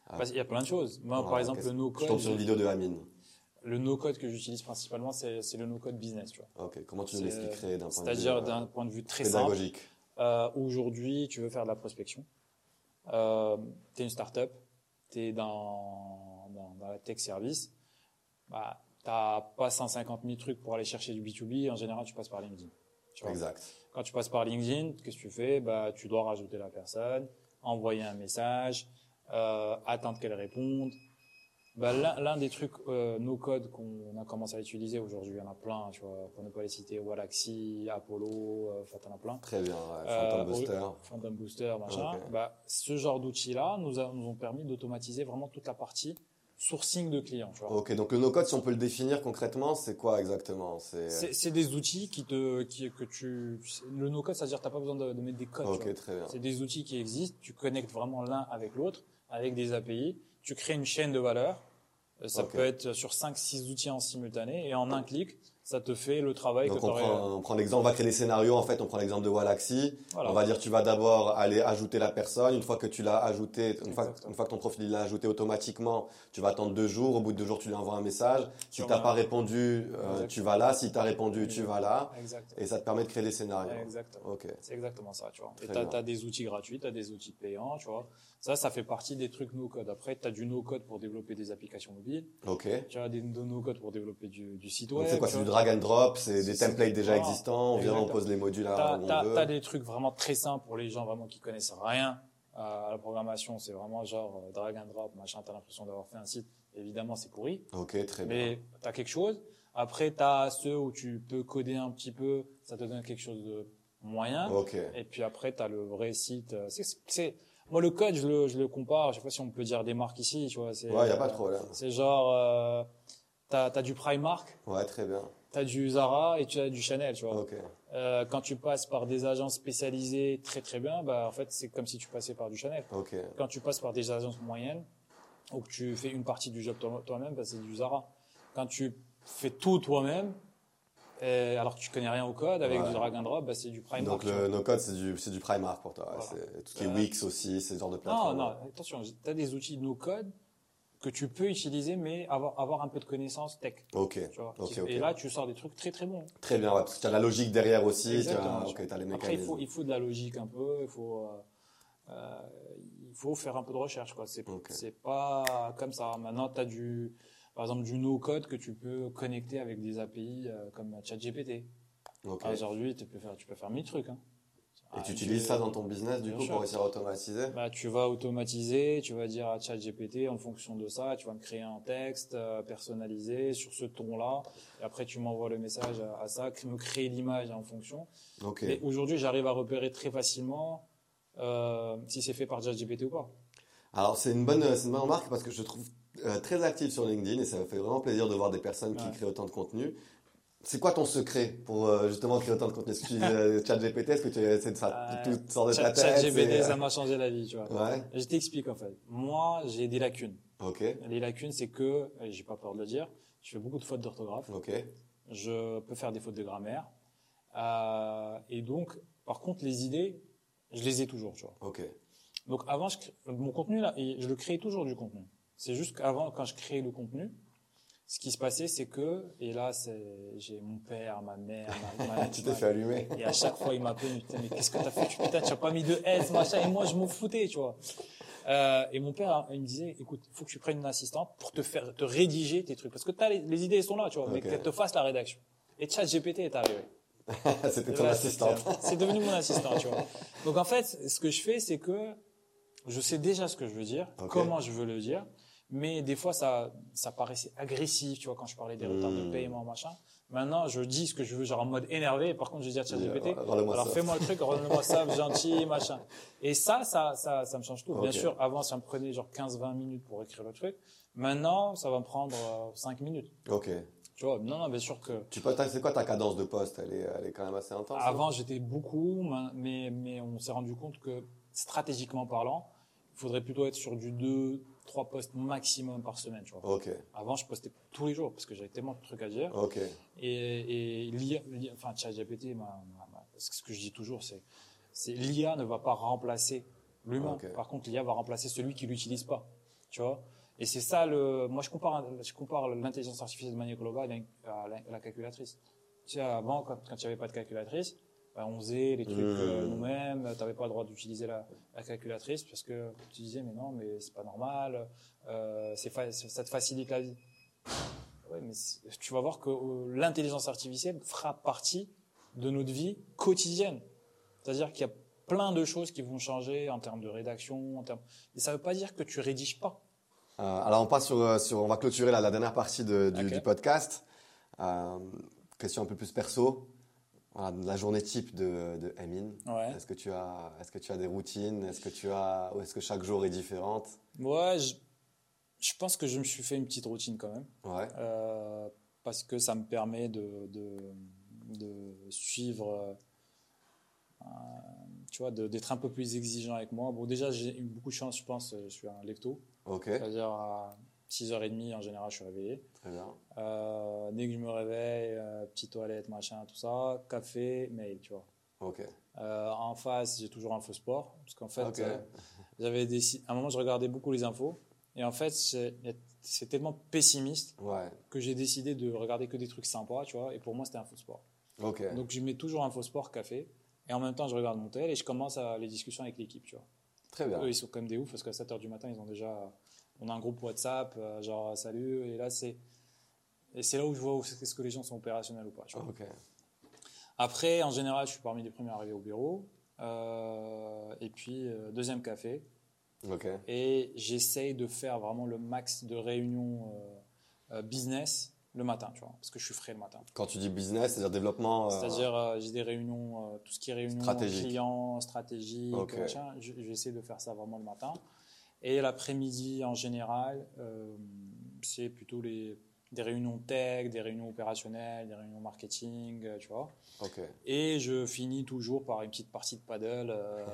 B: ah.
A: Parce qu'il y a plein de choses. Moi,
B: Ouais,
A: par exemple,
B: qu'est-ce-
A: le no-code.
B: Je tombe sur une vidéo de Amine.
A: Le no-code que j'utilise principalement, c'est c'est le no-code business. tu vois.
B: Ok, comment tu nous
A: C'est-
B: l'expliquerais d'un point de vue
A: C'est-à-dire
B: euh,
A: d'un point de vue très simple.
B: pédagogique
A: Euh, Aujourd'hui, tu veux faire de la prospection. Euh, tu es une start-up. Tu es dans, dans, dans la tech service. Bah, tu n'as pas 150 000 trucs pour aller chercher du B2B. En général, tu passes par LinkedIn. tu vois.
B: Exact.
A: Quand tu passes par LinkedIn, qu'est-ce que tu fais bah, Tu dois rajouter la personne, envoyer un message, euh, attendre qu'elle réponde. Bah, l'un, l'un des trucs euh, no code qu'on a commencé à utiliser aujourd'hui, il y en a plein, tu vois, pour ne pas les citer, Walaxy, Apollo, euh, enfin, t'en as plein.
B: Très bien, ouais.
A: Euh,
B: Phantom
A: oui.
B: Buster.
A: Phantom Booster, machin.
B: Ok.
A: Bah, ce genre d'outils-là nous, a- nous ont permis d'automatiser vraiment toute la partie sourcing de clients. Tu vois.
B: Ok, donc le no-code, si on peut le définir concrètement, c'est quoi exactement C'est
A: C'est c'est des outils qui te, qui, que tu, le no-code, c'est-à-dire t'as pas besoin de, de mettre des codes. tu vois.
B: euh, ok, très bien.
A: C'est des outils qui existent. Tu connectes vraiment l'un avec l'autre, avec des API. Tu crées une chaîne de valeur. Euh, Ça
B: Ok.
A: peut être sur 5-6 outils en simultané et en un clic, ça te fait le travail
B: Donc
A: que
B: on
A: t'aurais. euh,
B: prend, on prend l'exemple, on va créer des scénarios en fait, on prend l'exemple de Walaxy,
A: Voilà.
B: on va dire tu vas d'abord aller ajouter la personne, une fois que tu l'as ajouté, une fois,
A: Exactement.
B: une fois que ton profil il l'a ajouté automatiquement, tu vas attendre deux jours, au bout de deux jours tu lui envoies un message, si
A: Sur
B: t'as
A: un-
B: pas répondu, euh,
A: Exactement.
B: tu vas là, si t'as répondu, tu vas là,
A: Exact.
B: et ça te permet de créer des scénarios.
A: Exactement.
B: Ok,
A: C'est exactement ça, tu vois. Et
B: Très
A: t'as,
B: bien.
A: t'as des outils gratuits, t'as des outils payants, tu vois. Ça, ça fait partie des trucs no-code. Après, t'as du no-code pour développer des applications mobiles.
B: ok.
A: Tu as des no-code pour développer du, du site
B: Donc
A: web.
B: c'est quoi,
A: tu
B: c'est du
A: vois.
B: drag and drop, c'est des
A: C'est-
B: templates déjà
A: voilà.
B: existants, on vient, on
A: Exactement.
B: pose les modules
A: T'as,
B: à où
A: t'as-
B: Ah, on veut.
A: t'as des trucs vraiment très simples pour les gens vraiment qui connaissent rien à la programmation. C'est vraiment genre euh, drag and drop, machin. T'as l'impression d'avoir fait un site. Évidemment, c'est pourri.
B: Ok, très bien.
A: Mais t'as quelque chose. Après, t'as ceux où tu peux coder un petit peu. Ça te donne quelque chose de moyen.
B: Ok.
A: Et puis après, tu as le vrai site. euh, c'est- c'est- c'est- moi, le code, je le, je le compare. Je sais pas si on peut dire des marques ici. Tu vois, c'est,
B: Ouais, y a pas
A: euh,
B: de problème.
A: C'est genre, euh, tu as, du Primark,
B: Ouais, très bien.
A: tu as du Zara et tu as du Chanel. Tu vois.
B: Ok.
A: Euh, quand tu passes par des agences spécialisées très très bien, bah, en fait, c'est comme si tu passais par du Chanel.
B: Ok.
A: Quand tu passes par des agences moyennes ou que tu fais une partie du job toi- toi-même, bah, c'est du Zara. Quand tu fais tout toi-même, et alors que tu connais rien au code, avec
B: Ouais.
A: du drag and drop, bah, c'est du Primark.
B: Donc
A: tu vois.
B: le no-code, c'est du, c'est du Primark pour toi. ouais.
A: Voilà.
B: C'est tout ce qui est
A: Euh,
B: Wix aussi, c'est ce genre de
A: Non,
B: plateforme.
A: non, attention, tu as des outils no-code que tu peux utiliser, mais avoir, avoir un peu de connaissances tech.
B: Ok,
A: Tu vois,
B: Ok,
A: Qui-
B: ok.
A: Et là, tu sors des trucs très très bons.
B: très bien. ouais, parce que tu as la logique derrière aussi, tu as,
A: Exactement.
B: ok, t'as
A: Après,
B: les
A: il
B: mécanismes.
A: faut, il faut de la logique un peu, il faut, euh, euh, il faut faire un peu de recherche. quoi. C'est
B: Ok.
A: c'est pas comme ça. Maintenant, tu as du, par exemple du no-code que tu peux connecter avec des API euh, comme ChatGPT.
B: Ok.
A: Ah, Aujourd'hui, tu peux faire, tu peux faire mille trucs. hein.
B: Et
A: Ah,
B: tu utilises ça dans ton business du
A: Bien
B: coup
A: sûr.
B: pour réussir à automatiser
A: Bah, tu vas automatiser, tu vas dire à ChatGPT en fonction de ça, tu vas me créer un texte euh, personnalisé sur ce ton-là. Et après, tu m'envoies le message à, à ça, cr- me créer l'image en fonction.
B: Ok.
A: Mais aujourd'hui, j'arrive à repérer très facilement euh, si c'est fait par ChatGPT ou pas.
B: Alors c'est une bonne, euh, c'est une bonne remarque parce que je trouve euh, très active sur LinkedIn et ça me fait vraiment plaisir de voir des personnes qui
A: Ouais.
B: créent autant de contenu. C'est quoi ton secret pour euh, justement créer autant de contenu Est-ce que tu utilises euh, ChatGPT Est-ce que tu essaies de ça
A: Ouais.
B: tout sort de
A: Euh,
B: ta
A: Chat-
B: tête
A: ChatGPT,
B: c'est- euh,
A: ça m'a changé la vie, tu vois.
B: Ouais.
A: Je t'explique en fait. Moi, j'ai des lacunes.
B: Ok.
A: Les lacunes, c'est que, et j'ai pas peur de le dire, je fais beaucoup de fautes d'orthographe.
B: Ok.
A: je peux faire des fautes de grammaire. Euh, et donc, par contre, les idées, je les ai toujours, tu vois.
B: Ok.
A: Donc avant, je crée- mon contenu, là, et je le créais toujours du contenu. C'est juste qu'avant, quand je créais le contenu, ce qui se passait, c'est que, et là, c'est, j'ai mon père, ma mère, ma, ma-
B: Tu t'es
A: ma-
B: fait allumer.
A: et à chaque fois, il m'appelait, mais putain, mais qu'est-ce que t'as fait Tu- Putain, tu as pas mis de S, machin. Et moi, je m'en foutais, tu vois. Euh, et mon père, hein, il me disait, écoute, il faut que tu prennes une assistante pour te faire, te rédiger tes trucs. Parce que t'as les, les idées, elles sont là, tu vois, mais
B: Ok.
A: qu'elle te fasse la rédaction. Et ChatGPT est arrivé.
B: C'était
A: Et
B: ton
A: là,
B: assistante.
A: c'est- C'est devenu mon assistant, tu vois. Donc, en fait, ce que je fais, c'est que je sais déjà ce que je veux dire,
B: Ok.
A: comment je veux le dire. Mais des fois, ça, ça paraissait agressif, tu vois, quand je parlais des retards
B: Hmm.
A: de paiement, machin. Maintenant, je dis ce que je veux, genre en mode énervé. Et par contre, je dis à ChatGPT,
B: Rends-le-moi
A: alors
B: euh, ça.
A: fais-moi le truc, rends-moi ça, gentil, machin. Et ça, ça, ça, ça me change tout. Bien
B: Ok.
A: sûr, avant, ça me prenait genre 15-20 minutes pour écrire le truc. Maintenant, ça va me prendre 5 minutes.
B: Ok.
A: Tu vois, non, non, bien sûr que
B: Tu peux- t'as- c'est quoi ta cadence de poste elle est, elle est quand même assez intense. hein
A: avant, j'étais beaucoup, mais, mais on s'est rendu compte que stratégiquement parlant, il faudrait plutôt être sur du 2, 3 postes maximum par semaine, tu vois.
B: Ok,
A: Avant, je postais tous les jours parce que j'avais tellement de trucs à dire.
B: ok. Euh,
A: Et, et l'IA, l'IA enfin, ChatGPT, ma- ma- ma- ce que je dis toujours, c'est, c'est l'IA ne va pas remplacer l'humain.
B: Ok.
A: Par contre, l'IA va remplacer celui qui l'utilise pas. Tu vois Et c'est ça le. Moi, je compare, je compare l'intelligence artificielle de manière globale à la- à la, à la calculatrice. Tu sais, avant, quand, quand il n'y avait pas de calculatrice, bah, on faisait les trucs
B: Mmh.
A: euh, nous-mêmes. Tu n'avais pas le droit d'utiliser la, la calculatrice parce que tu disais, mais non, mais c'est pas normal. euh, c'est fa- ça te facilite la vie. Ouais, mais c'est- tu vas voir que euh, l'intelligence artificielle fera partie de notre vie quotidienne. C'est-à-dire qu'il y a plein de choses qui vont changer en termes de rédaction, en termes... mais ça ne veut pas dire que tu rédiges pas.
B: Euh, alors on passe sur, euh, sur, on va clôturer la, la dernière partie de- du,
A: Ok.
B: du podcast. Euh, question un peu plus perso. Voilà, la journée type de, de Amine.
A: Ouais.
B: Est-ce que tu as, est-ce que tu as des routines Est-ce que tu as, ou est-ce que chaque jour est différente
A: Moi, je, Je pense que je me suis fait une petite routine quand même,
B: Ouais.
A: euh, parce que ça me permet de, de, de suivre, euh, un- tu vois, de- d'être un peu plus exigeant avec moi. Bon, déjà, j'ai eu beaucoup de chance, je pense, euh, je suis un lecto,
B: Ok.
A: c'est-à-dire à 6h30 en général, je suis réveillé.
B: Très bien.
A: Euh, dès que je me réveille, euh, petite toilette, machin, tout ça, café, mail, tu vois.
B: Ok.
A: Euh, en face, j'ai toujours Info Sport, parce qu'en fait,
B: Ok.
A: euh, j'avais des sites- à un moment, je regardais beaucoup les infos, et en fait, c'est c'est tellement pessimiste
B: Ouais.
A: que j'ai décidé de regarder que des trucs sympas, tu vois, et pour moi, c'était Info Sport.
B: Ok.
A: Donc, je mets toujours Info Sport, café, et en même temps, je regarde mon tel, et je commence à, les discussions avec l'équipe, tu vois.
B: Très bien.
A: Eux, ils sont comme des ouf parce qu'à 7h du matin, ils ont déjà. On a un groupe WhatsApp, euh, genre salut. Et là, c'est. Et c'est là où je vois où- est-ce que les gens sont opérationnels ou pas. tu vois.
B: Ok.
A: Après, en général, je suis parmi les premiers arrivés au bureau. Euh, et puis, euh, deuxième café.
B: Ok.
A: Et j'essaye de faire vraiment le max de réunions euh, euh, business le matin, tu vois, parce que je suis frais le matin.
B: Quand tu dis business, c'est-à-dire développement. euh,
A: C'est-à-dire, euh, j'ai des réunions, euh, tout ce qui est réunion
B: Stratégique.
A: client, stratégique,
B: Ok.
A: machin, je- j'essaie de faire ça vraiment le matin. Et l'après-midi, en général, euh, c'est plutôt les, des réunions tech, des réunions opérationnelles, des réunions marketing, euh, tu vois.
B: Ok.
A: Et je finis toujours par une petite partie de paddle, euh,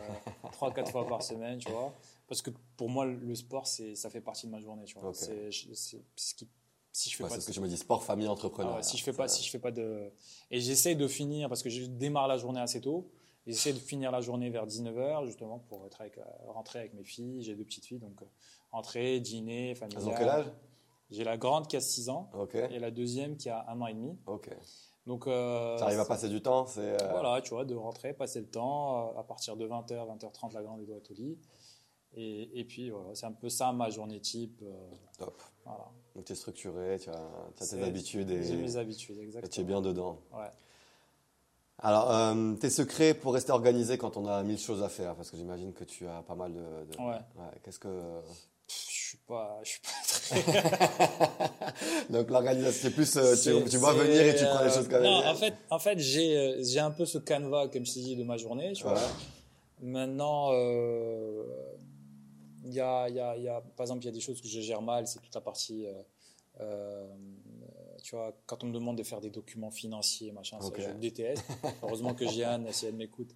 A: 3-4 fois par semaine, tu vois. Parce que pour moi, le sport, c'est- ça fait partie de ma journée, tu vois.
B: Ok.
A: C'est- je- c'est ce qui, si je fais
B: Ouais,
A: pas
B: c'est
A: de
B: ce que je me dis. Sport, famille, entrepreneur.
A: ah ouais, si je fais pas, si je fais pas de, et j'essaie de finir parce que je démarre la journée assez tôt. et J'essaie de finir la journée vers 19h justement pour être avec, euh, rentrer avec mes filles. J'ai deux petites filles donc euh, rentrer, dîner,
B: Elles ont quel âge
A: familial. J'ai la grande qui a 6 ans
B: Ok.
A: et la deuxième qui a un an et demi.
B: Ok.
A: Donc euh,
B: Tu arrives à passer du temps, c'est. euh,
A: voilà, tu vois, de rentrer, passer le temps euh, à partir de 20h, 20h30 la grande elle doit être au lit. Et, et puis voilà, c'est un peu ça ma journée type. euh,
B: Top.
A: voilà.
B: Donc tu es structuré, tu as, tu as
A: C'est-
B: tes habitudes
A: J'ai mes
B: et,
A: habitudes,
B: et
A: exactement.
B: tu es bien dedans.
A: Ouais.
B: Alors, euh, tes secrets pour rester organisé quand on a mille choses à faire, parce que j'imagine que tu as pas mal de. de-
A: Ouais.
B: Qu'est-ce que.
A: Pff, Je suis pas, je suis pas
B: Donc l'organisation, c'est plus euh,
A: C'est-
B: tu, tu vois
A: c'est,
B: venir et tu prends les
A: euh,
B: choses comme
A: Non,
B: elles
A: en fait, en fait j'ai euh, j'ai un peu ce canevas, comme je t'ai dit, de ma journée. Tu
B: viennent.
A: vois.
B: Ouais.
A: Maintenant, euh, il y a, il y a- il y a- par exemple, il y a des choses que je gère mal, c'est toute la partie. euh, euh, tu vois, quand on me demande de faire des documents financiers, machin,
B: Ok.
A: ça, je le déteste. Heureusement que Jeanne, si elle m'écoute,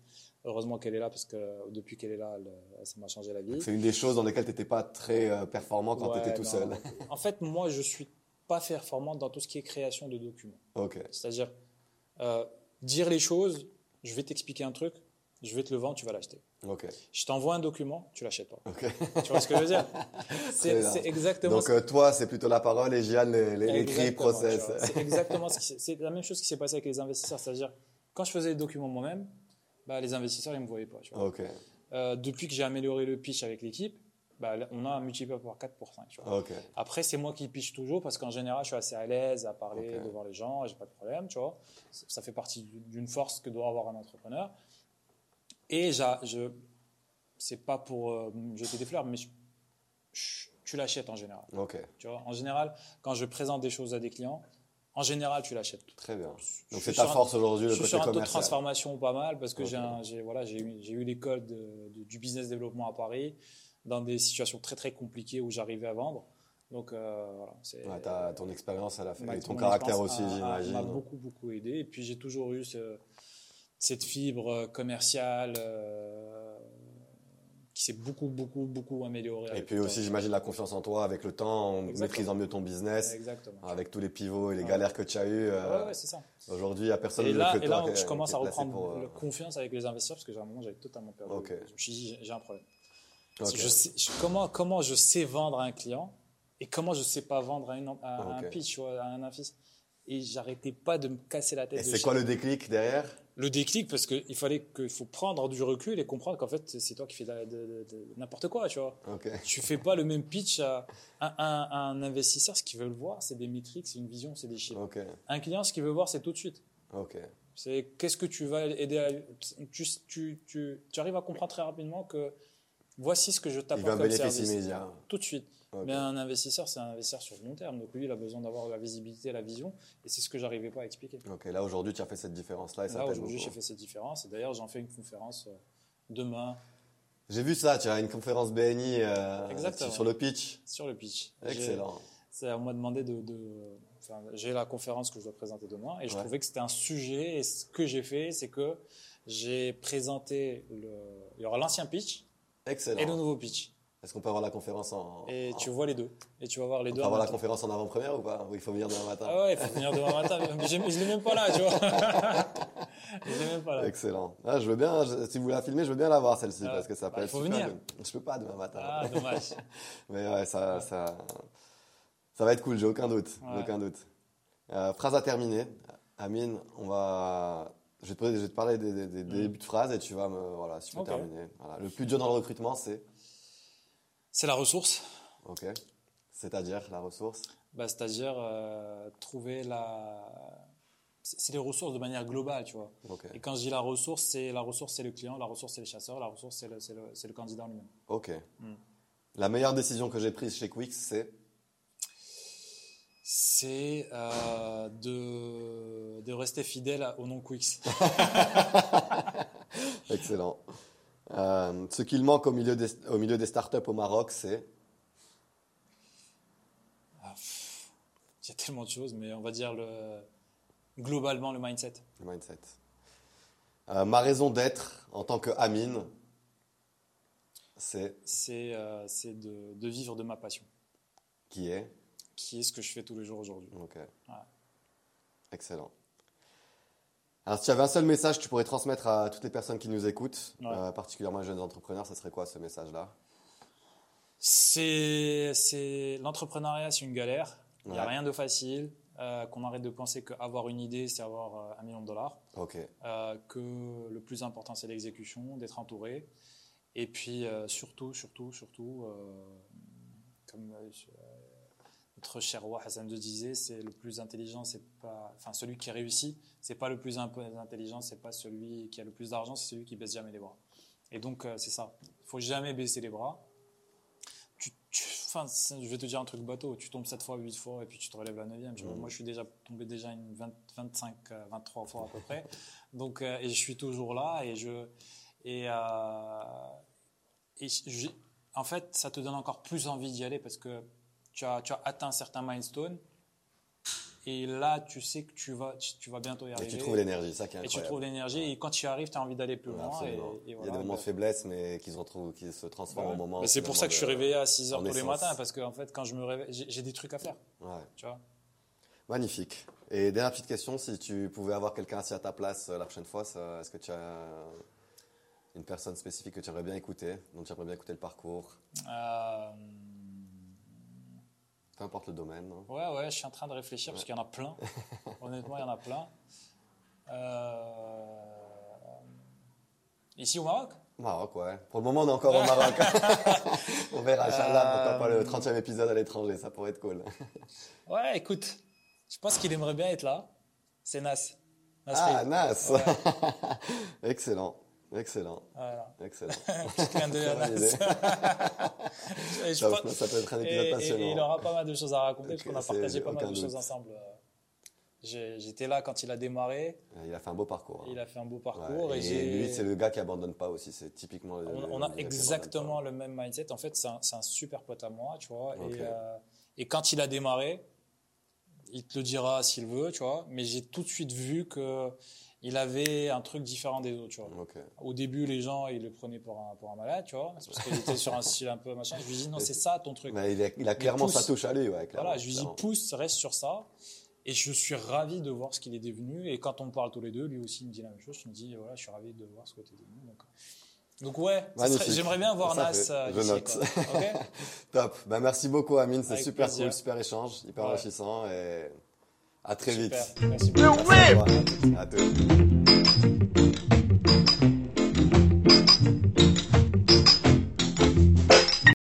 A: heureusement qu'elle est là, parce que depuis qu'elle est là, elle- ça m'a changé la vie.
B: C'est une des choses dans lesquelles tu n'étais pas très euh, performant quand
A: Ouais,
B: tu étais tout
A: non.
B: seul.
A: En fait, moi, je suis pas performant dans tout ce qui est création de documents.
B: Ok,
A: C'est-à-dire, euh, dire les choses, je vais t'expliquer un truc, je vais te le vendre, tu vas l'acheter.
B: ok,
A: Je t'envoie un document, tu l'achètes pas.
B: ok.
A: Tu vois ce que je veux dire
B: Très
A: C'est
B: bien.
A: c'est exactement
B: Donc
A: ce
B: euh, toi, c'est plutôt la parole et Gian, les, les, les cris,
A: exactement,
B: process.
A: tu vois. C'est exactement ce qui s'est- c'est la même chose qui s'est passée avec les investisseurs. C'est-à-dire, quand je faisais les documents moi-même, bah, les investisseurs, ils me voyaient pas. tu vois.
B: Ok,
A: Euh, depuis que j'ai amélioré le pitch avec l'équipe, bah, là, on a un multiplié par 4 pour 5. tu vois.
B: ok,
A: Après, c'est moi qui piche toujours parce qu'en général, je suis assez à l'aise à parler
B: Ok.
A: devant les gens, j'ai pas de problème, tu vois. Ça ça fait partie d'une force que doit avoir un entrepreneur. Et j'a- je, c'est pas pour euh, me jeter des fleurs, mais je- je- tu l'achètes en général.
B: ok.
A: Tu vois, en général, quand je présente des choses à des clients, en général, tu l'achètes.
B: Très bien.
A: Je suis
B: Donc c'est ta
A: sur un-
B: force aujourd'hui,
A: Je
B: le
A: suis
B: côté
A: sur un taux de
B: commercial.
A: transformation pas mal parce que
B: Ok.
A: j'ai un- j'ai voilà, j'ai eu, j'ai eu les codes de- de- du business développement à Paris dans des situations très très compliquées où j'arrivais à vendre. Donc euh, voilà, c'est euh,
B: Ouais, t'as- ton expérience, elle a fait.
A: ma-
B: Et ton
A: mon
B: caractère
A: Bah, expérience
B: aussi,
A: a- a- m'a
B: j'imagine.
A: beaucoup beaucoup aidé et puis j'ai toujours eu ce- cette fibre euh, commerciale euh, qui s'est beaucoup beaucoup beaucoup améliorée.
B: Et
A: avec
B: puis
A: le
B: aussi, j'imagine la confiance en toi avec le temps, en
A: Exactement.
B: maîtrisant mieux ton
A: temps.
B: business,
A: exactement.
B: avec tous les pivots et les
A: Ouais.
B: galères que tu as eues. euh,
A: Ouais, ouais, c'est ça.
B: Aujourd'hui, il n'y a personne
A: Et
B: mieux
A: là,
B: que
A: et
B: toi
A: là,
B: qui-
A: je commence
B: qui
A: à
B: est placé
A: reprendre
B: pour, euh,
A: le- confiance avec les investisseurs parce que j'ai un moment, j'avais totalement perdu.
B: Ok.
A: Je me suis dit, j'ai- j'ai un problème.
B: ok.
A: Je sais- je- comment, comment je sais vendre à un client et comment je sais pas vendre à, une- à un
B: Ok.
A: pitch ou à un infis. Et j'arrêtais pas de me casser la tête.
B: Et
A: de
B: c'est
A: chez-
B: quoi le déclic derrière
A: le déclic Parce qu'il fallait qu'il faut prendre du recul et comprendre qu'en fait, c'est toi qui fais de, la- de- de- de- n'importe quoi, tu vois.
B: Ok,
A: Tu fais pas le même pitch à, à un, à un investisseur. Ce qu'il veut voir, c'est des métriques, c'est une vision, c'est des chiffres.
B: ok,
A: Un client, ce qu'il veut voir, c'est tout de suite.
B: ok.
A: C'est qu'est-ce que tu vas aider à. Tu, tu, tu, tu arrives à comprendre très rapidement que voici ce que je
B: Il va
A: t'apporte comme
B: bénéfice
A: service.
B: immédiat.
A: Tout de suite.
B: Ok.
A: Mais un investisseur, c'est un investisseur sur le long terme. Donc lui, il a besoin d'avoir la visibilité, la vision. Et c'est ce que j'arrivais pas à expliquer.
B: Ok, là aujourd'hui, tu as fait cette différence-là et ça
A: Là,
B: t'aide
A: aujourd'hui,
B: beaucoup.
A: j'ai fait cette différence. Et d'ailleurs, j'en fais une conférence euh, demain.
B: J'ai vu ça, tu as une conférence BNI euh,
A: Exactement.
B: sur le pitch.
A: sur le pitch. J'ai-
B: Excellent.
A: c'est- On m'a demandé de. de- enfin, j'ai la conférence que je dois présenter demain et je
B: Ouais.
A: trouvais que c'était un sujet. Et ce que j'ai fait, c'est que j'ai présenté le. Il y aura l'ancien pitch et le
B: Excellent.
A: nouveau pitch.
B: Est-ce qu'on peut avoir la conférence en.
A: Et
B: en-
A: tu vois les deux. Et tu vas voir les
B: on
A: deux.
B: peut
A: en
B: avoir la
A: même temps.
B: conférence en avant-première ou pas Ou il faut venir demain matin
A: Ah ouais, il faut venir demain matin. Mais j'ai- je l'ai même pas là, tu vois. je l'ai même pas là.
B: Excellent. Ah, je veux bien, je- si vous la filmez, je veux bien la voir celle-ci
A: Ah,
B: parce que ça peut
A: bah,
B: être
A: faut
B: super.
A: venir.
B: de- Je peux pas demain matin.
A: Ah, dommage.
B: Mais ouais, ça, ça, ça va être cool, j'ai aucun doute. j'ai
A: Ouais.
B: Aucun doute. Euh, phrase à terminer. Amine, on va. Je vais te, poser- je vais te parler des, des- des débuts de phrase et tu vas me. Voilà, si tu peux
A: Mm. Ok.
B: terminer. Voilà. Le plus dur dans le recrutement, c'est.
A: C'est la ressource.
B: Ok. C'est-à-dire la ressource.
A: Bah, c'est-à-dire euh, trouver la. C'est c'est les ressources de manière globale, tu vois.
B: Ok.
A: Et quand je dis la ressource, c'est la ressource, c'est le client, la ressource, c'est les chasseurs, la ressource, c'est le, c'est le- c'est le candidat en lui-même.
B: Ok.
A: Mm.
B: La meilleure décision que j'ai prise chez Quix, c'est.
A: C'est euh, de, de rester fidèle à- au nom Quix.
B: Excellent. Euh, ce qu'il manque au milieu, des, au milieu des startups au Maroc, c'est.
A: Ah, pff, Il y a tellement de choses, mais on va dire le, globalement le mindset.
B: Le mindset. Euh, ma raison d'être en tant que Amine, c'est
A: C'est euh, c'est de, de vivre de ma passion,
B: qui est.
A: qui est ce que je fais tous les jours aujourd'hui.
B: Ok. Excellent. Alors, si tu avais un seul message que tu pourrais transmettre à toutes les personnes qui nous écoutent,
A: Ouais.
B: euh, particulièrement les jeunes entrepreneurs, ça serait quoi ce message-là
A: C'est c'est- l'entrepreneuriat, c'est une galère. Il n'y a
B: Ouais.
A: rien de facile. euh, Qu'on arrête de penser qu'avoir une idée, c'est avoir euh, un million de dollars.
B: Ok.
A: euh, que le plus important c'est l'exécution, d'être entouré, et puis euh, surtout, surtout, surtout, euh, comme euh, je- euh, notre cher roi Hassan II disait, c'est le plus intelligent, c'est pas, enfin celui qui réussit, c'est pas le plus imp- intelligent, c'est pas celui qui a le plus d'argent, c'est celui qui baisse jamais les bras. Et donc euh, c'est ça, il faut jamais baisser les bras. Tu, tu- enfin, c'est- je vais te dire un truc bateau, tu tombes 7 fois, 8 fois, et puis tu te relèves la 9e.
B: Mhm.
A: Moi, je suis déjà tombé déjà une 20 25, euh, 23 fois à peu près. Donc, euh, et je suis toujours là et je et, euh, et j- j'ai- en fait, ça te donne encore plus envie d'y aller parce que tu as, tu as atteint certains milestones et là, tu sais que tu vas, tu, tu vas bientôt y
B: Et
A: arriver.
B: tu trouves l'énergie, ça qui est
A: Et tu trouves
B: incroyable.
A: l'énergie et quand tu y arrives, tu as envie d'aller plus
B: Ouais,
A: loin. et-
B: absolument.
A: et
B: Il y a
A: voilà,
B: des moments
A: bah,
B: de faiblesse, mais qui se, retrouvent- qui se transforment
A: ouais.
B: au moment.
A: Bah, C'est pour ça que je suis
B: finalement,
A: réveillé à 6
B: en
A: heures tous les
B: essence.
A: matins parce que en fait, quand je me réveille, j'ai j'ai des trucs à faire,
B: de- Ouais.
A: tu vois.
B: Magnifique. Et dernière petite question, si tu pouvais avoir quelqu'un assis à ta place euh, la prochaine fois, ça- est-ce que tu as une personne spécifique que tu aimerais bien écouter, dont tu aimerais bien écouter le parcours,
A: Euh,
B: peu importe le domaine hein.
A: Ouais, ouais, je suis en train de réfléchir parce qu'il y en a plein. Honnêtement, il y en a plein. Euh, Ici au Maroc
B: Maroc, ouais. Pour le moment, on est encore au Maroc. on verra, Inch'Allah, pourquoi pas
A: Euh,
B: le 30e épisode à l'étranger, ça pourrait être cool.
A: Ouais, écoute, je pense qu'il aimerait bien être là. C'est Nas. Nas
B: Ah,
A: Reed.
B: Nas
A: Ouais,
B: Excellent, excellent,
A: voilà.
B: excellent.
A: Petit clin d'œil à
B: Très bonne
A: Nas.
B: idée.
A: Et je
B: Ça,
A: pense-
B: ça peut être un
A: et-
B: épisode
A: et-
B: passionnant.
A: et il aura pas mal de choses à raconter
B: hein.
A: parce
B: Ok,
A: qu'on a
B: c'est-
A: partagé
B: j'ai
A: pas mal de
B: aucun
A: choses
B: doute.
A: ensemble. Euh, j'ai- J'étais là quand il a démarré,
B: Il a fait un beau parcours. hein.
A: il a fait un beau
B: Ouais,
A: parcours.
B: et
A: et j'ai-
B: lui, c'est le gars qui abandonne pas aussi. C'est typiquement le. le-
A: On, on
B: le gars
A: a
B: qui
A: exactement
B: abandonne
A: le même mindset. En fait, c'est un, c'est un super pote à moi, tu vois.
B: Ok.
A: Et, euh, et quand il a démarré, il te le dira s'il veut, tu vois. Mais j'ai tout de suite vu que il avait un truc différent des autres, tu vois.
B: pas. Ok.
A: Au début, les gens, ils le prenaient pour un, pour un malade, tu vois. C'est parce qu'il était sur un style un peu machin. Je lui dis, non, c'est ça ton truc.
B: Mais il a, il a clairement
A: pousse.
B: sa touche à lui, ouais, clairement.
A: Voilà, je lui dis
B: clairement.
A: pousse, reste sur ça. Et je suis ravi de voir ce qu'il est devenu. Et quand on parle tous les deux, lui aussi il me dit la même chose. Il me dit voilà, je suis ravi de voir ce que tu es devenu. Donc, euh, donc ouais, ça
B: Magnifique.
A: serait- j'aimerais bien voir
B: Ça
A: Nas.
B: fait-
A: euh,
B: je
A: ici,
B: note.
A: quoi. Ok
B: Top. Bah, merci beaucoup, Amine. C'est
A: Avec
B: super
A: plaisir.
B: cool, super échange, hyper
A: Ouais.
B: enrichissant et à très
A: Super.
B: vite.
A: Merci beaucoup.
B: Merci à toi. À tous.